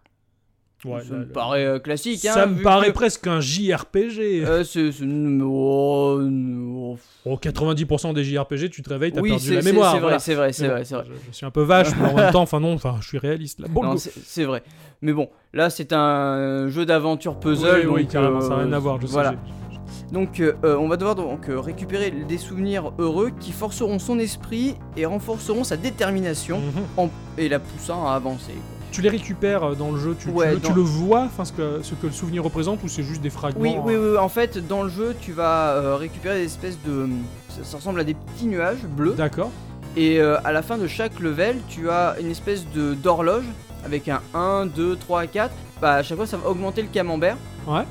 Speaker 5: Ouais,
Speaker 4: ça
Speaker 5: là,
Speaker 4: me
Speaker 5: là.
Speaker 4: paraît euh, classique. hein,
Speaker 5: Ça me
Speaker 4: vu
Speaker 5: paraît
Speaker 4: que-
Speaker 5: presque un JRPG.
Speaker 4: Euh, c'est- c'est- oh, non.
Speaker 5: Oh, 90% des JRPG, tu te réveilles, t'as
Speaker 4: Oui,
Speaker 5: perdu
Speaker 4: c'est
Speaker 5: la
Speaker 4: c'est-
Speaker 5: mémoire.
Speaker 4: c'est
Speaker 5: voilà.
Speaker 4: vrai, c'est vrai, c'est
Speaker 5: Mais
Speaker 4: vrai,
Speaker 5: bon,
Speaker 4: c'est vrai.
Speaker 5: Je, je suis un peu vache, mais en même temps, enfin non, enfin, je suis réaliste. Là. Bon,
Speaker 4: Non,
Speaker 5: go.
Speaker 4: c'est c'est vrai. Mais bon, là c'est un jeu d'aventure puzzle.
Speaker 5: oui, oui,
Speaker 4: donc,
Speaker 5: carrément,
Speaker 4: euh,
Speaker 5: ça n'a rien à voir. Je sais,
Speaker 4: voilà.
Speaker 5: j'ai- j'ai-
Speaker 4: Donc euh, euh, on va devoir donc euh, récupérer des souvenirs heureux qui forceront son esprit et renforceront sa détermination
Speaker 5: Mhm.
Speaker 4: et la poussant à avancer. quoi.
Speaker 5: Tu les récupères euh, dans le jeu, tu, tu
Speaker 4: Ouais,
Speaker 5: le, tu
Speaker 4: dans-
Speaker 5: le vois, enfin ce que, ce que le souvenir représente, ou c'est juste des fragments
Speaker 4: Oui, oui,
Speaker 5: hein.
Speaker 4: oui, en fait dans le jeu tu vas euh, récupérer des espèces de... Ça, ça ressemble à des petits nuages bleus.
Speaker 5: euh, D'accord.
Speaker 4: Et euh, à la fin de chaque level tu as une espèce de d'horloge avec un 1, 2, 3, 4. Bah, à chaque fois ça va augmenter le camembert.
Speaker 5: Ouais.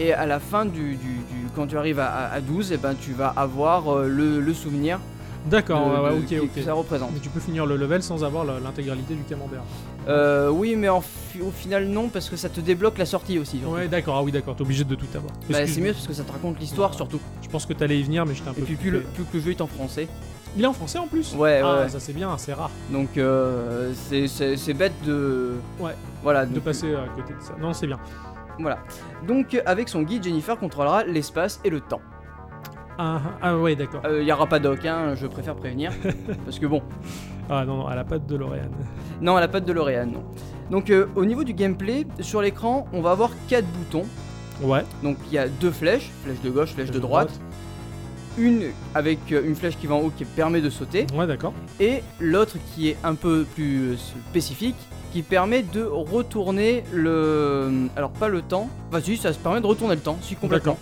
Speaker 4: Et à la fin du... du- du- quand tu arrives à, à- à 12, et ben, tu vas avoir euh, le, le souvenir de-
Speaker 5: D'accord, ouais, ouais,
Speaker 4: de-
Speaker 5: ok,
Speaker 4: qui-
Speaker 5: ok.
Speaker 4: que ça représente.
Speaker 5: Mais tu peux finir le level sans avoir la- l'intégralité du camembert.
Speaker 4: Euh, oui, mais en fi- au final, non, parce que ça te débloque la sortie aussi. surtout.
Speaker 5: Ouais, d'accord, ah oui, d'accord, t'es obligé de tout avoir.
Speaker 4: Bah, c'est
Speaker 5: Excuse-moi,
Speaker 4: mieux parce que ça te raconte l'histoire surtout.
Speaker 5: Je pense que t'allais y venir, mais j'étais un peu.
Speaker 4: Et puis, plus, le-
Speaker 5: coupé.
Speaker 4: plus que le jeu est en français.
Speaker 5: Il est en français en plus
Speaker 4: Ouais,
Speaker 5: Ah,
Speaker 4: ouais, ouais.
Speaker 5: ça c'est bien, c'est rare
Speaker 4: Donc, euh, c'est- c'est c'est bête de.
Speaker 5: Ouais.
Speaker 4: Voilà.
Speaker 5: de
Speaker 4: donc-
Speaker 5: passer à côté de ça. Non, c'est bien.
Speaker 4: Voilà. Donc, euh, avec son guide, Jennifer contrôlera l'espace et le temps.
Speaker 5: Ah, ah ouais, d'accord.
Speaker 4: Il n'y aura pas d'oc, hein, je préfère prévenir. parce que bon.
Speaker 5: Ah non, non, à la patte de Lorraine.
Speaker 4: Non, à la patte de L'Oréal, non. Donc, euh, au niveau du gameplay, sur l'écran, on va avoir quatre boutons.
Speaker 5: Ouais.
Speaker 4: Donc, il y a deux flèches flèche de gauche, flèche de droite. Une avec euh, une flèche qui va en haut qui permet de sauter.
Speaker 5: Ouais, d'accord.
Speaker 4: et l'autre qui est un peu plus euh, spécifique qui permet de retourner le alors pas le temps enfin si ça se permet de retourner le temps si complètement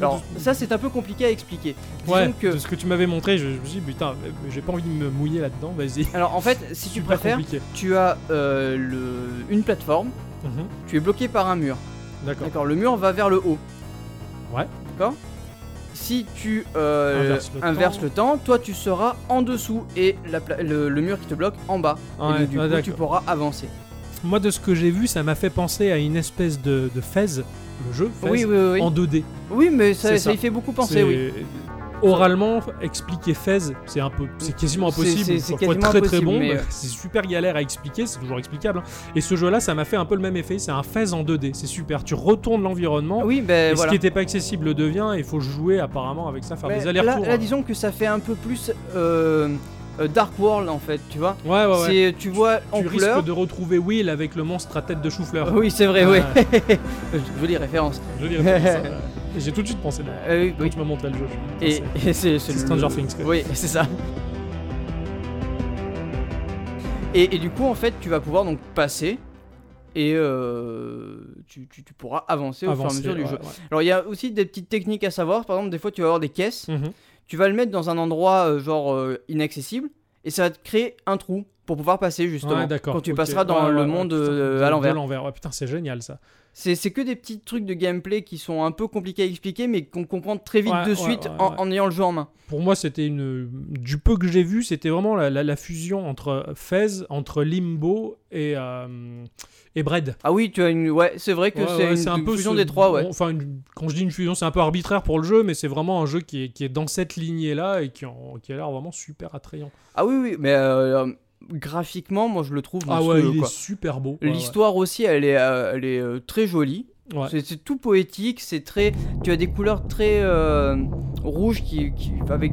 Speaker 4: alors ça c'est un peu compliqué à expliquer Disons
Speaker 5: Ouais,
Speaker 4: que-
Speaker 5: de ce que tu m'avais montré, je, je me suis dit, putain, mais- mais j'ai pas envie de me mouiller là-dedans, vas-y.
Speaker 4: alors en fait si tu
Speaker 5: Super
Speaker 4: préfères
Speaker 5: compliqué.
Speaker 4: tu as euh, le... une plateforme
Speaker 5: Mhm,
Speaker 4: tu es bloqué par un mur
Speaker 5: D'accord.
Speaker 4: d'accord le mur va vers le haut
Speaker 5: Ouais.
Speaker 4: d'accord si tu euh,
Speaker 5: Inverses le
Speaker 4: inverses
Speaker 5: temps.
Speaker 4: le temps, toi tu seras en dessous et la pla- le, le mur qui te bloque en bas.
Speaker 5: Ouais,
Speaker 4: et donc, du
Speaker 5: ouais,
Speaker 4: coup, tu
Speaker 5: d'accord.
Speaker 4: pourras avancer.
Speaker 5: Moi, de ce que j'ai vu, ça m'a fait penser à une espèce de, de Fez, le jeu Fez,
Speaker 4: Oui, oui, oui.
Speaker 5: en 2D.
Speaker 4: Oui, mais ça,
Speaker 5: C'est
Speaker 4: ça
Speaker 5: ça.
Speaker 4: y fait beaucoup
Speaker 5: C'est-
Speaker 4: penser, oui.
Speaker 5: Oralement, expliquer Fez, c'est un peu, c'est quasiment
Speaker 4: C'est-
Speaker 5: impossible.
Speaker 4: c'est- c'est
Speaker 5: Faut- faut être
Speaker 4: quasiment
Speaker 5: très très
Speaker 4: impossible,
Speaker 5: bon,
Speaker 4: mais,
Speaker 5: bah,
Speaker 4: euh,
Speaker 5: c'est super galère à expliquer, c'est toujours explicable. hein. Et ce jeu-là, ça m'a fait un peu le même effet. C'est un Fez en 2D, c'est super. Tu retournes l'environnement.
Speaker 4: Oui, ben
Speaker 5: et
Speaker 4: voilà.
Speaker 5: Ce qui n'était pas accessible le devient, et il faut jouer apparemment avec ça, faire
Speaker 4: Mais
Speaker 5: des
Speaker 4: là,
Speaker 5: allers-retours. hein.
Speaker 4: là, disons que ça fait un peu plus euh, euh, Dark World en fait, tu vois.
Speaker 5: hein. Ouais, ouais, ouais.
Speaker 4: C'est, tu vois en
Speaker 5: Tu
Speaker 4: couleur. Ah
Speaker 5: risques de retrouver Will avec le monstre à tête de chou-fleur.
Speaker 4: Oui, c'est vrai, oui.
Speaker 5: Ouais. Ah.
Speaker 4: Jolie référence.
Speaker 5: Je dirais pas ça. Et J'ai tout de suite pensé là.
Speaker 4: Euh, oui,
Speaker 5: Quand
Speaker 4: oui.
Speaker 5: tu m'as montré le jeu. je-
Speaker 4: Et, et c'est,
Speaker 5: c'est
Speaker 4: le-
Speaker 5: Stranger Things, quoi.
Speaker 4: Oui, c'est ça. Et, et du coup, en fait, tu vas pouvoir donc passer et euh, tu, tu- tu pourras avancer au
Speaker 5: Avancer,
Speaker 4: fur et à mesure
Speaker 5: ouais,
Speaker 4: du jeu.
Speaker 5: ouais.
Speaker 4: Alors, il y a aussi des petites techniques à savoir. Par exemple, des fois, tu vas avoir des caisses.
Speaker 5: Mhm.
Speaker 4: tu vas le mettre dans un endroit euh, genre euh, inaccessible et ça va te créer un trou pour pouvoir passer justement
Speaker 5: Ouais, d'accord.
Speaker 4: quand tu
Speaker 5: ok.
Speaker 4: passeras dans
Speaker 5: Ouais, ouais,
Speaker 4: le
Speaker 5: ouais,
Speaker 4: monde
Speaker 5: putain,
Speaker 4: euh,
Speaker 5: de-
Speaker 4: à
Speaker 5: De
Speaker 4: l'envers.
Speaker 5: l'envers, ouais, putain, c'est génial ça.
Speaker 4: C'est c'est que des petits trucs de gameplay qui sont un peu compliqués à expliquer mais qu'on comprend très vite
Speaker 5: Ouais,
Speaker 4: de
Speaker 5: ouais,
Speaker 4: suite
Speaker 5: ouais,
Speaker 4: en,
Speaker 5: ouais.
Speaker 4: en ayant le jeu en main.
Speaker 5: Pour moi, c'était une. Du peu que j'ai vu, c'était vraiment la, la- la fusion entre Fez, entre Limbo et, euh, et Bread.
Speaker 4: Ah oui, tu as une ouais, c'est vrai que
Speaker 5: Ouais,
Speaker 4: c'est
Speaker 5: ouais,
Speaker 4: une, une fusion
Speaker 5: ce-
Speaker 4: des trois ouais.
Speaker 5: on- Enfin, une- quand je dis une fusion, c'est un peu arbitraire pour le jeu, mais c'est vraiment un jeu qui est, qui est dans cette lignée-là et qui, en- qui a l'air vraiment super attrayant.
Speaker 4: Ah oui oui, mais euh, euh, graphiquement moi je le trouve
Speaker 5: Ah ouais,
Speaker 4: monstrueux,
Speaker 5: il est
Speaker 4: quoi.
Speaker 5: super beau. ouais, ouais.
Speaker 4: L'histoire aussi, elle est, euh, elle est euh, très jolie.
Speaker 5: Ouais.
Speaker 4: C'est- C'est tout poétique, c'est très. Tu as des couleurs très euh, rouges qui, qui- avec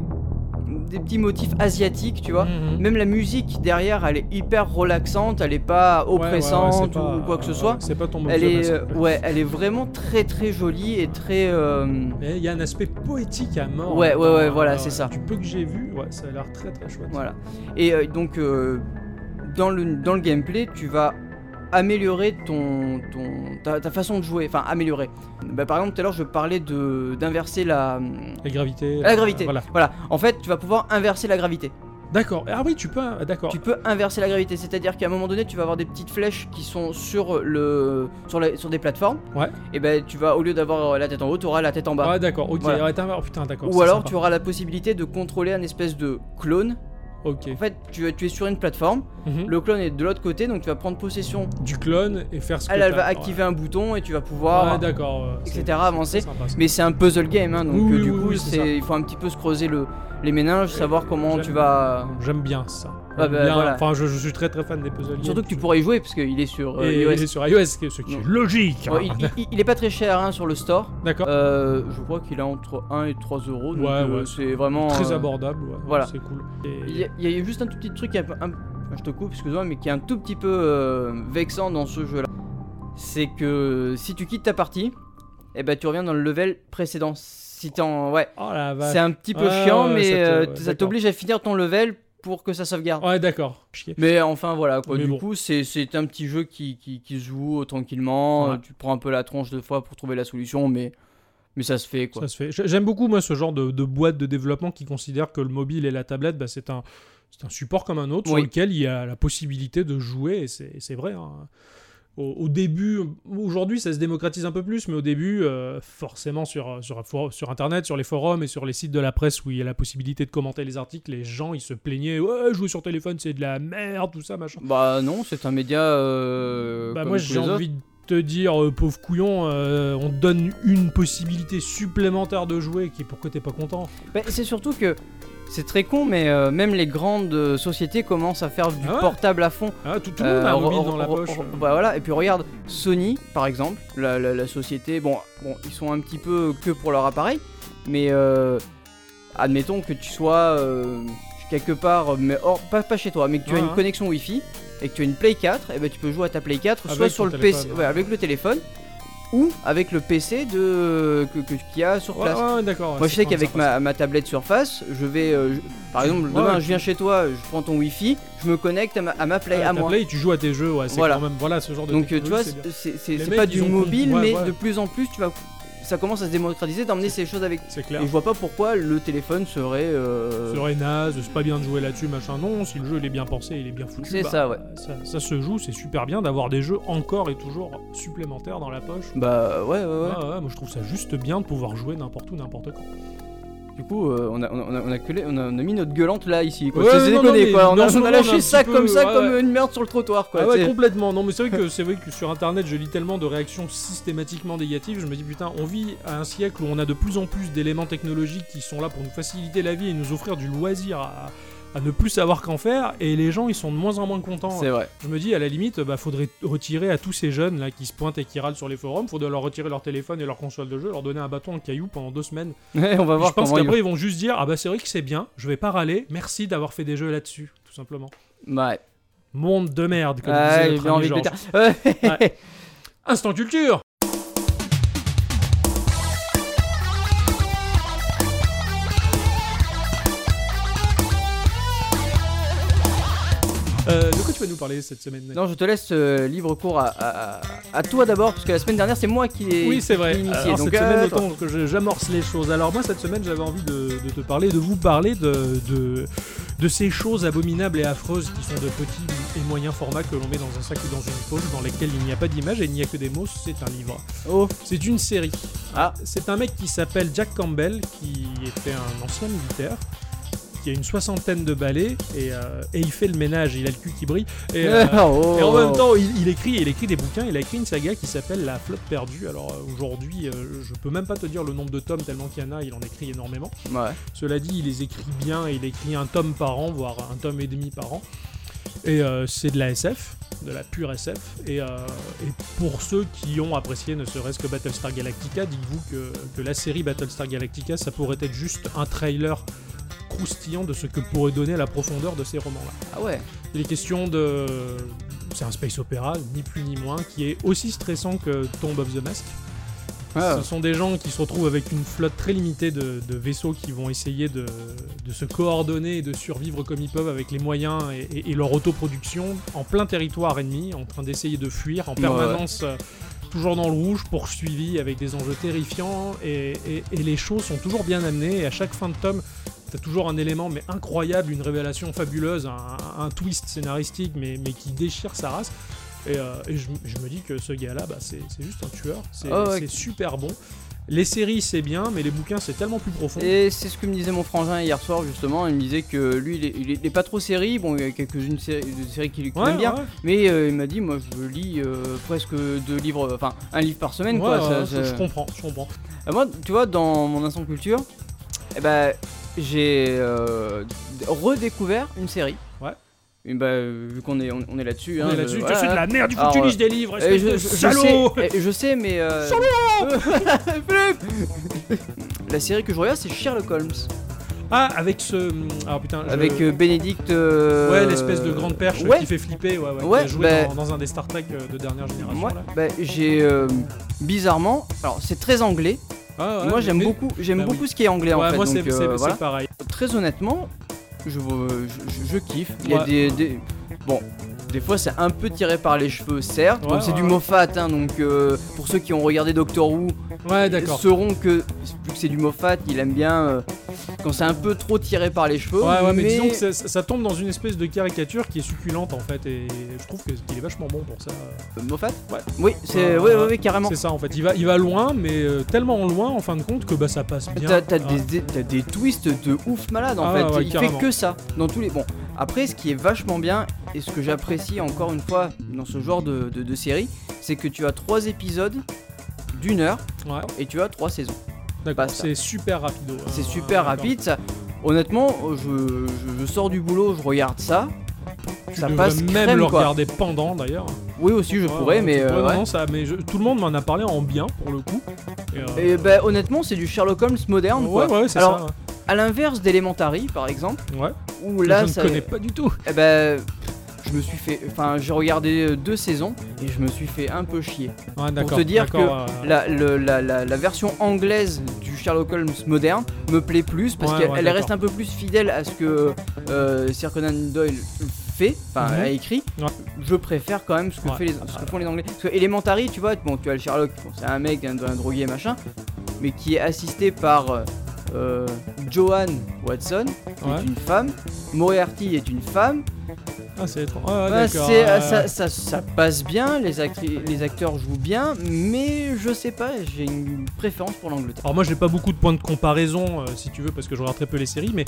Speaker 4: des petits motifs asiatiques, tu vois.
Speaker 5: Mhm.
Speaker 4: Même la musique derrière, elle est hyper relaxante, elle est pas
Speaker 5: Ouais, ouais, ouais, c'est
Speaker 4: oppressante
Speaker 5: pas-
Speaker 4: ou quoi que ce
Speaker 5: ouais,
Speaker 4: soit.
Speaker 5: C'est pas ton mot
Speaker 4: Elle
Speaker 5: de jeu,
Speaker 4: est,
Speaker 5: mais
Speaker 4: euh,
Speaker 5: c'est-
Speaker 4: ouais, elle est vraiment très très jolie et très. euh,
Speaker 5: Mais il y a un aspect poétique à mort.
Speaker 4: Ouais, ouais, ouais,
Speaker 5: Ah,
Speaker 4: voilà, c'est ça.
Speaker 5: Du peu que j'ai vu, ouais, ça a l'air très très chouette.
Speaker 4: Voilà. Et euh, donc, euh, dans, le, dans le gameplay, tu vas améliorer ton, ton, ta, ta façon de jouer. Enfin, améliorer. Bah, par exemple, tout à l'heure, je parlais de- d'inverser la,
Speaker 5: La gravité.
Speaker 4: la
Speaker 5: euh,
Speaker 4: gravité.
Speaker 5: voilà.
Speaker 4: En fait, tu vas pouvoir inverser la gravité.
Speaker 5: D'accord. Ah oui, tu peux. ah, D'accord.
Speaker 4: Tu peux inverser la gravité. C'est-à-dire qu'à un moment donné, tu vas avoir des petites flèches qui sont sur, le, sur, la- sur des plateformes.
Speaker 5: Ouais.
Speaker 4: Et ben, tu vas, au lieu d'avoir la tête en haut, tu auras la tête en bas.
Speaker 5: Ah d'accord. Ok.
Speaker 4: Voilà.
Speaker 5: ouais, t'as- oh, putain, d'accord.
Speaker 4: Ou
Speaker 5: c'est
Speaker 4: alors,
Speaker 5: sympa.
Speaker 4: tu auras la possibilité de contrôler un espèce de clone
Speaker 5: Ok.
Speaker 4: En fait, tu, tu es sur une plateforme,
Speaker 5: Mhm.
Speaker 4: le clone est de l'autre côté, donc tu vas prendre possession.
Speaker 5: Du clone et faire ce que
Speaker 4: Elle, elle
Speaker 5: t'as-
Speaker 4: va
Speaker 5: ouais.
Speaker 4: activer un bouton et tu vas
Speaker 5: Ouais,
Speaker 4: pouvoir,
Speaker 5: d'accord. euh,
Speaker 4: etc.,
Speaker 5: c'est-
Speaker 4: avancer.
Speaker 5: c'est sympa, ça.
Speaker 4: Mais c'est un puzzle game, hein, donc
Speaker 5: Oui,
Speaker 4: euh,
Speaker 5: oui,
Speaker 4: du
Speaker 5: oui,
Speaker 4: coup,
Speaker 5: oui, c'est ça.
Speaker 4: c'est, il faut un petit peu se creuser le, les méninges, savoir comment
Speaker 5: j'aime-
Speaker 4: tu vas.
Speaker 5: J'aime bien ça.
Speaker 4: Ah,
Speaker 5: J'aime
Speaker 4: bah,
Speaker 5: bien-
Speaker 4: voilà.
Speaker 5: Enfin, je, je suis très très fan des puzzles. games.
Speaker 4: Surtout que tu pourrais y jouer parce qu'il est sur euh,
Speaker 5: Et,
Speaker 4: iOS.
Speaker 5: et sur iOS, ce qui est- ce qui est
Speaker 4: Non.
Speaker 5: logique.
Speaker 4: Ouais, il, il- il est pas très cher hein, sur le store.
Speaker 5: D'accord.
Speaker 4: Euh, je crois qu'il est entre 1 et 3 euros. donc,
Speaker 5: Ouais,
Speaker 4: euh,
Speaker 5: ouais.
Speaker 4: C'est vraiment.
Speaker 5: Très
Speaker 4: euh,
Speaker 5: abordable. ouais.
Speaker 4: voilà.
Speaker 5: C'est cool. Et-
Speaker 4: Il y, a- il y a juste un tout petit truc, qui est un- je te coupe, excuse-moi, mais qui est un tout petit peu euh, vexant dans ce jeu-là. C'est que si tu quittes ta partie, eh ben, tu reviens dans le level précédent. Si t'en... Ouais,
Speaker 5: Oh la vache.
Speaker 4: c'est un petit peu
Speaker 5: Ouais,
Speaker 4: chiant,
Speaker 5: ouais,
Speaker 4: mais
Speaker 5: ça te-
Speaker 4: euh,
Speaker 5: ouais,
Speaker 4: ça
Speaker 5: d'accord.
Speaker 4: t'oblige à finir ton level pour que ça sauvegarde.
Speaker 5: Ouais, d'accord. Chier.
Speaker 4: Mais enfin voilà quoi,
Speaker 5: Mais
Speaker 4: du
Speaker 5: bon.
Speaker 4: coup c'est, c'est un petit jeu qui, qui, qui se joue tranquillement,
Speaker 5: Ouais.
Speaker 4: euh, tu prends un peu la tronche deux fois pour trouver la solution mais, mais ça se fait quoi.
Speaker 5: Ça se fait. J'a- J'aime beaucoup, moi, ce genre de, de boîte de développement qui considère que le mobile et la tablette, bah, c'est un, c'est un support comme un autre
Speaker 4: Oui.
Speaker 5: sur lequel il y a la possibilité de jouer, et c'est, et c'est vrai. hein. Au, au début, aujourd'hui, ça se démocratise un peu plus, mais au début, euh, forcément, sur, sur, sur Internet, sur les forums et sur les sites de la presse où il y a la possibilité de commenter les articles, les gens, ils se plaignaient Ouais, jouer sur téléphone, c'est de la merde, tout ça, machin.
Speaker 4: Bah non, c'est un média... euh,
Speaker 5: Bah
Speaker 4: comme
Speaker 5: moi
Speaker 4: tous
Speaker 5: j'ai
Speaker 4: les autres.
Speaker 5: envie de te dire, euh, pauvre couillon, euh, on te donne une possibilité supplémentaire de jouer qui est pour que t'es pas content.
Speaker 4: Bah, c'est surtout que c'est très con, mais euh, même les grandes euh, sociétés commencent à faire du
Speaker 5: Ah ouais
Speaker 4: portable à fond.
Speaker 5: Ah, tout, tout le monde a
Speaker 4: Euh,
Speaker 5: un
Speaker 4: re-
Speaker 5: mobile dans la
Speaker 4: re-
Speaker 5: poche.
Speaker 4: re- bah voilà, et puis regarde, Sony par exemple, la, la- la société, bon, bon, ils sont un petit peu que pour leur appareil, mais euh, admettons que tu sois euh, quelque part, mais hors, pas, pas chez toi, mais que tu
Speaker 5: Ouais,
Speaker 4: as une
Speaker 5: ouais.
Speaker 4: connexion Wi-Fi et que tu as une Play 4, et ben tu peux jouer à ta Play 4 soit
Speaker 5: Avec
Speaker 4: sur
Speaker 5: ton
Speaker 4: le PC,
Speaker 5: téléphone. hein.
Speaker 4: ouais, avec le téléphone ou avec le PC de que, que- qu'il y a sur
Speaker 5: Ouais,
Speaker 4: place.
Speaker 5: ouais, d'accord.
Speaker 4: Moi
Speaker 5: ouais,
Speaker 4: je
Speaker 5: c'est
Speaker 4: sais
Speaker 5: pas-
Speaker 4: qu'avec
Speaker 5: c'est pas-
Speaker 4: ma, ma tablette surface, je vais. euh, je- Par
Speaker 5: Tu-
Speaker 4: exemple,
Speaker 5: ouais,
Speaker 4: demain
Speaker 5: ouais,
Speaker 4: je viens chez toi, je prends ton Wi-Fi, je me connecte à ma, à ma Play,
Speaker 5: Ouais,
Speaker 4: à
Speaker 5: ta
Speaker 4: moi.
Speaker 5: Play, tu joues à tes jeux, ouais, c'est
Speaker 4: Voilà.
Speaker 5: quand même voilà ce genre de.
Speaker 4: Donc euh, tu vois,
Speaker 5: technologie, c'est bien.
Speaker 4: c'est c'est-
Speaker 5: Les
Speaker 4: c'est
Speaker 5: mecs,
Speaker 4: pas
Speaker 5: ils
Speaker 4: du
Speaker 5: ont
Speaker 4: mobile,
Speaker 5: compris. Ouais,
Speaker 4: mais
Speaker 5: ouais.
Speaker 4: de plus en plus, tu vas, ça commence à se démocratiser d'emmener ces choses avec.
Speaker 5: c'est
Speaker 4: Et
Speaker 5: clair.
Speaker 4: je vois pas pourquoi le téléphone serait. euh,
Speaker 5: C'est vrai, naze, c'est pas bien de jouer là-dessus, machin. Non, si le jeu il est bien pensé, il est bien foutu.
Speaker 4: C'est
Speaker 5: bah,
Speaker 4: ça, ouais.
Speaker 5: ça. ça se joue, c'est super bien d'avoir des jeux encore et toujours supplémentaires dans la poche.
Speaker 4: Bah ouais, ouais, ouais.
Speaker 5: Ouais, ouais, moi je trouve ça juste bien de pouvoir jouer n'importe où, n'importe quand.
Speaker 4: Du coup, euh, on, a, on, a, on a gueulé- on a- on a mis notre gueulante là ici. Quoi.
Speaker 5: Ouais,
Speaker 4: C'est- c'est
Speaker 5: non, non,
Speaker 4: déconné,
Speaker 5: mais
Speaker 4: quoi. On, a,
Speaker 5: dans ce
Speaker 4: on a
Speaker 5: monde, on est
Speaker 4: lâché
Speaker 5: un
Speaker 4: ça
Speaker 5: petit
Speaker 4: comme
Speaker 5: peu-
Speaker 4: ça,
Speaker 5: ouais,
Speaker 4: comme
Speaker 5: ouais.
Speaker 4: une merde sur le trottoir, quoi.
Speaker 5: Ah ouais,
Speaker 4: t'sais.
Speaker 5: complètement. Non, mais c'est vrai que c'est vrai que sur Internet, je lis tellement de réactions systématiquement négatives. Je me dis putain, on vit à un siècle où on a de plus en plus d'éléments technologiques qui sont là pour nous faciliter la vie et nous offrir du loisir à, à ne plus savoir qu'en faire. Et les gens, ils sont de moins en moins contents.
Speaker 4: C'est vrai.
Speaker 5: Je me dis à la limite, bah faudrait retirer à tous ces jeunes là qui se pointent et qui râlent sur les forums, faudrait leur retirer leur téléphone et leur console de jeu, leur donner un bâton, un caillou pendant deux semaines.
Speaker 4: on va
Speaker 5: Puis
Speaker 4: voir
Speaker 5: je pense
Speaker 4: comment il
Speaker 5: qu'après ils vont juste dire ah bah c'est vrai que c'est bien, je vais pas râler, merci d'avoir fait des jeux là-dessus, tout simplement.
Speaker 4: Ouais.
Speaker 5: Monde de merde. Comme
Speaker 4: Ah,
Speaker 5: disait
Speaker 4: j'ai
Speaker 5: notre
Speaker 4: bien
Speaker 5: ami
Speaker 4: envie de
Speaker 5: Georges.
Speaker 4: péter. Ouais.
Speaker 5: Instant culture Euh, de quoi tu vas nous parler cette semaine Ned
Speaker 4: Non, je te laisse euh, libre cours à, à- à- à toi d'abord, parce que la semaine dernière, c'est moi qui ai
Speaker 5: Oui, c'est
Speaker 4: qui
Speaker 5: vrai.
Speaker 4: ai initié.
Speaker 5: Alors,
Speaker 4: donc,
Speaker 5: cette semaine,
Speaker 4: euh,
Speaker 5: autant que je- j'amorce les choses. Alors, moi, cette semaine, j'avais envie de, de te parler, de vous parler de, de, de ces choses abominables et affreuses qui sont de petits et moyens formats que l'on met dans un sac ou dans une poche, dans lesquels il n'y a pas d'image et il n'y a que des mots. C'est un livre.
Speaker 4: Oh,
Speaker 5: C'est une série.
Speaker 4: Ah.
Speaker 5: C'est un mec qui s'appelle Jack Campbell, qui était un ancien militaire, qui a une soixantaine de balais, et, euh, et il fait le ménage, il a le cul qui brille. Et, euh,
Speaker 4: Oh.
Speaker 5: et en même temps, il, il écrit, il écrit des bouquins, il a écrit une saga qui s'appelle La flotte perdue. Alors euh, aujourd'hui, euh, je peux même pas te dire le nombre de tomes, tellement qu'il y en a, il en écrit énormément.
Speaker 4: Ouais.
Speaker 5: Cela dit, il les écrit bien, il écrit un tome par an, voire un tome et demi par an. Et euh, c'est de la SF, de la pure SF. Et, euh, et pour ceux qui ont apprécié ne serait-ce que Battlestar Galactica, dites-vous que, que la série Battlestar Galactica, ça pourrait être juste un trailer croustillant de ce que pourrait donner la profondeur de ces romans-là.
Speaker 4: Ah ouais.
Speaker 5: Il est question de. C'est un space opéra, ni plus ni moins, qui est aussi stressant que Tomb of the Mask.
Speaker 4: Ah.
Speaker 5: Ce sont des gens qui se retrouvent avec une flotte très limitée de, de vaisseaux qui vont essayer de, de se coordonner et de survivre comme ils peuvent avec les moyens et, et- et leur autoproduction en plein territoire ennemi, en train d'essayer de fuir en
Speaker 4: Ouais,
Speaker 5: permanence. euh, Toujours dans le rouge, poursuivi avec des enjeux terrifiants, et, et- et les choses sont toujours bien amenées. Et à chaque fin de tome, T'as toujours un élément mais incroyable, une révélation fabuleuse, un, un twist scénaristique mais, mais qui déchire sa race. Et, euh, et je, je me dis que ce gars-là, bah, c'est c'est juste un tueur, c'est
Speaker 4: Ah ouais.
Speaker 5: c'est super bon. Les séries, c'est bien, mais les bouquins, c'est tellement plus profond.
Speaker 4: Et c'est ce que me disait mon frangin hier soir justement. Il me disait que lui, il est, il est- il est pas trop série. Bon, il y a quelques-unes séries, des séries qu'il qu'il
Speaker 5: Ouais,
Speaker 4: aime bien,
Speaker 5: ouais.
Speaker 4: mais euh, il m'a dit moi je lis euh, presque deux livres, enfin un livre par semaine
Speaker 5: Ouais,
Speaker 4: quoi.
Speaker 5: ouais,
Speaker 4: ça- ça-
Speaker 5: je- Je comprends, je comprends.
Speaker 4: Euh, moi, tu vois, dans mon instant culture, eh ben j'ai euh, d- redécouvert une série.
Speaker 5: Ouais.
Speaker 4: Et bah, euh, vu qu'on est on, on est là-dessus.
Speaker 5: On
Speaker 4: hein,
Speaker 5: est là-dessus,
Speaker 4: je-
Speaker 5: tout de
Speaker 4: voilà,
Speaker 5: suite, la merde, il faut
Speaker 4: Alors,
Speaker 5: que tu
Speaker 4: euh,
Speaker 5: lises des livres,
Speaker 4: euh,
Speaker 5: espèce
Speaker 4: je,
Speaker 5: de
Speaker 4: je- je
Speaker 5: salaud
Speaker 4: sais, euh, je sais, mais. euh, Philippe La série que je regarde, c'est Sherlock Holmes.
Speaker 5: Ah, avec ce. Ah putain, je-
Speaker 4: Avec euh, Bénédicte. euh,
Speaker 5: Ouais, l'espèce de grande perche
Speaker 4: ouais.
Speaker 5: qui fait flipper, ouais, ouais, qui
Speaker 4: Ouais,
Speaker 5: a joué
Speaker 4: bah-
Speaker 5: dans, dans un des Star Trek euh, de dernière génération.
Speaker 4: Moi,
Speaker 5: là.
Speaker 4: bah, j'ai. euh, bizarrement. Alors, c'est très anglais.
Speaker 5: Ah, ouais,
Speaker 4: moi, j'aime
Speaker 5: mais-
Speaker 4: beaucoup, j'aime
Speaker 5: bah oui.
Speaker 4: beaucoup ce qui est anglais en
Speaker 5: Ouais,
Speaker 4: fait.
Speaker 5: moi,
Speaker 4: donc,
Speaker 5: c'est
Speaker 4: euh,
Speaker 5: c'est- c'est
Speaker 4: voilà.
Speaker 5: pareil.
Speaker 4: Très honnêtement, je, euh, je, je- je kiffe. Il y a
Speaker 5: Ouais.
Speaker 4: des, des- Bon, des fois c'est un peu tiré par les cheveux, certes.
Speaker 5: Ouais,
Speaker 4: Bon, c'est
Speaker 5: ouais,
Speaker 4: du
Speaker 5: ouais.
Speaker 4: Moffat, hein, donc euh, pour ceux qui ont regardé Doctor Who,
Speaker 5: Ouais,
Speaker 4: ils
Speaker 5: d'accord.
Speaker 4: sauront que, vu que c'est du Moffat, il aime bien euh, quand c'est un peu trop tiré par les cheveux.
Speaker 5: Ouais, ouais, mais, disons que ça, ça- ça tombe dans une espèce de caricature qui est succulente en fait, et je trouve que- qu'il est vachement bon pour ça.
Speaker 4: Euh, Moffat
Speaker 5: Ouais.
Speaker 4: Oui, c'est.
Speaker 5: Ouais,
Speaker 4: ouais,
Speaker 5: ouais,
Speaker 4: ouais, ouais, carrément.
Speaker 5: C'est ça en fait, il va, il va loin, mais euh, tellement loin en fin de compte que bah ça passe bien.
Speaker 4: T'as t'as
Speaker 5: Ah.
Speaker 4: des, des- t'as des twists de ouf malade en
Speaker 5: Ah
Speaker 4: fait.
Speaker 5: ouais, ouais,
Speaker 4: il
Speaker 5: carrément.
Speaker 4: fait que ça dans tous les. Bon, après, ce qui est vachement bien et ce que j'apprécie encore une fois dans ce genre de, de- de série, c'est que tu as trois épisodes d'une heure
Speaker 5: Ouais, Ah,
Speaker 4: et tu as trois saisons.
Speaker 5: d'accord,
Speaker 4: Basta.
Speaker 5: c'est super rapide.
Speaker 4: C'est super rapide. Ça. Honnêtement, je, je- je sors du boulot, je regarde ça.
Speaker 5: Tu
Speaker 4: ça
Speaker 5: devrais
Speaker 4: passe
Speaker 5: même
Speaker 4: crème,
Speaker 5: le
Speaker 4: quoi.
Speaker 5: regarder pendant d'ailleurs.
Speaker 4: Oui, aussi, je
Speaker 5: Ouais,
Speaker 4: pourrais,
Speaker 5: ouais,
Speaker 4: mais.
Speaker 5: tu
Speaker 4: euh,
Speaker 5: pourrais,
Speaker 4: ouais.
Speaker 5: non, non, ça, mais je- tout le monde m'en a parlé en bien pour le coup. Et, euh,
Speaker 4: Et ben, honnêtement, c'est du Sherlock Holmes moderne.
Speaker 5: ouais,
Speaker 4: quoi.
Speaker 5: ouais, c'est
Speaker 4: Alors,
Speaker 5: ça.
Speaker 4: à l'inverse d'Elementary, par exemple,
Speaker 5: Ouais.
Speaker 4: où
Speaker 5: Que
Speaker 4: là,
Speaker 5: je
Speaker 4: ça.
Speaker 5: ne connais pas du tout.
Speaker 4: Eh ben, je me suis fait. Enfin, j'ai regardé euh, deux saisons et je me suis fait un peu chier.
Speaker 5: Ouais,
Speaker 4: Pour
Speaker 5: d'accord,
Speaker 4: te dire que
Speaker 5: d'accord, euh,
Speaker 4: la, le- la- la- la version anglaise du Sherlock Holmes moderne me plaît plus parce
Speaker 5: Ouais,
Speaker 4: qu'elle
Speaker 5: ouais,
Speaker 4: elle
Speaker 5: d'accord.
Speaker 4: reste un peu plus fidèle à ce que euh, Sir Conan Doyle fait, enfin
Speaker 5: Mhm.
Speaker 4: a écrit.
Speaker 5: Ouais.
Speaker 4: Je préfère quand même ce que,
Speaker 5: Ouais.
Speaker 4: fait les, ce que font les Anglais. Parce que Elementary, tu vois, bon, tu as le Sherlock, bon, c'est un mec, un, un drogué machin, mais qui est assisté par euh, euh, Joanne Watson, qui
Speaker 5: Ouais.
Speaker 4: est une femme, Moriarty est une femme.
Speaker 5: Ah, c'est étrange. Ah,
Speaker 4: Bah,
Speaker 5: d'accord,
Speaker 4: c'est-
Speaker 5: ouais,
Speaker 4: ça, ça- ça passe bien, les, actri- les acteurs jouent bien, mais je sais pas, j'ai une préférence pour l'Angleterre.
Speaker 5: Alors moi j'ai pas beaucoup de points de comparaison euh, si tu veux parce que je regarde très peu les séries mais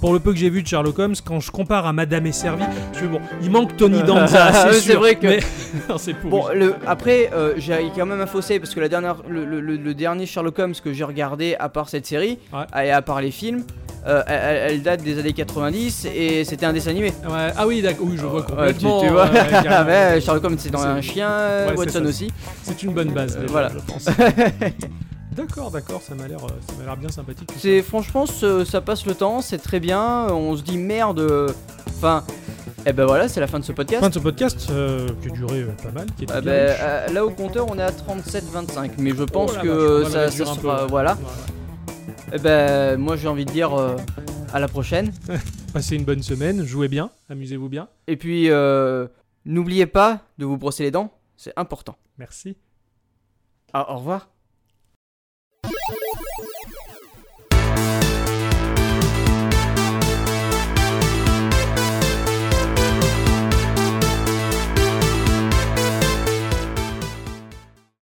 Speaker 5: pour le peu que j'ai vu de Sherlock Holmes quand je compare à Madame et Servie tu veux bon il manque Tony Danza
Speaker 4: Ouais,
Speaker 5: c'est
Speaker 4: Ah c'est
Speaker 5: sûr,
Speaker 4: vrai que-
Speaker 5: mais... Non, c'est pourri.
Speaker 4: Bon, le, après, euh, j'ai quand même un fossé parce que la dernière, le, le- le- le dernier Sherlock Holmes que j'ai regardé, à part cette série,
Speaker 5: Ouais.
Speaker 4: et à part les films, euh, elle, elle- elle date des années 90 et c'était un dessin animé.
Speaker 5: Ouais, ah oui d'accord oui je vois
Speaker 4: Ouais,
Speaker 5: complètement
Speaker 4: tu, tu vois,
Speaker 5: euh, carrément.
Speaker 4: Ouais, Sherlock Holmes c'est dans
Speaker 5: C'est-
Speaker 4: un chien,
Speaker 5: Ouais, c'est
Speaker 4: Watson
Speaker 5: ça.
Speaker 4: aussi.
Speaker 5: c'est une bonne base
Speaker 4: Euh,
Speaker 5: déjà,
Speaker 4: voilà.
Speaker 5: je pense d'accord d'accord ça m'a l'air euh, ça m'a l'air bien sympathique tout ça.
Speaker 4: C'est franchement, ce- ça passe le temps, c'est très bien. On se dit merde. euh, Enfin, eh ben voilà, c'est la fin de ce podcast.
Speaker 5: fin de ce podcast euh, qui a duré euh, pas mal qui était
Speaker 4: Ah
Speaker 5: bien
Speaker 4: bah,
Speaker 5: riche.
Speaker 4: euh, là au compteur on est à 37,25 mais je pense
Speaker 5: Oh la
Speaker 4: que euh,
Speaker 5: vache, on va
Speaker 4: ça,
Speaker 5: la
Speaker 4: ça
Speaker 5: réduire un peu,
Speaker 4: sera
Speaker 5: ouais.
Speaker 4: voilà.
Speaker 5: Ouais, ouais.
Speaker 4: Eh ben moi j'ai envie de dire euh, à la prochaine
Speaker 5: passez une bonne semaine jouez bien amusez-vous bien
Speaker 4: et puis euh, n'oubliez pas de vous brosser les dents c'est important.
Speaker 5: merci
Speaker 4: Ah, au revoir.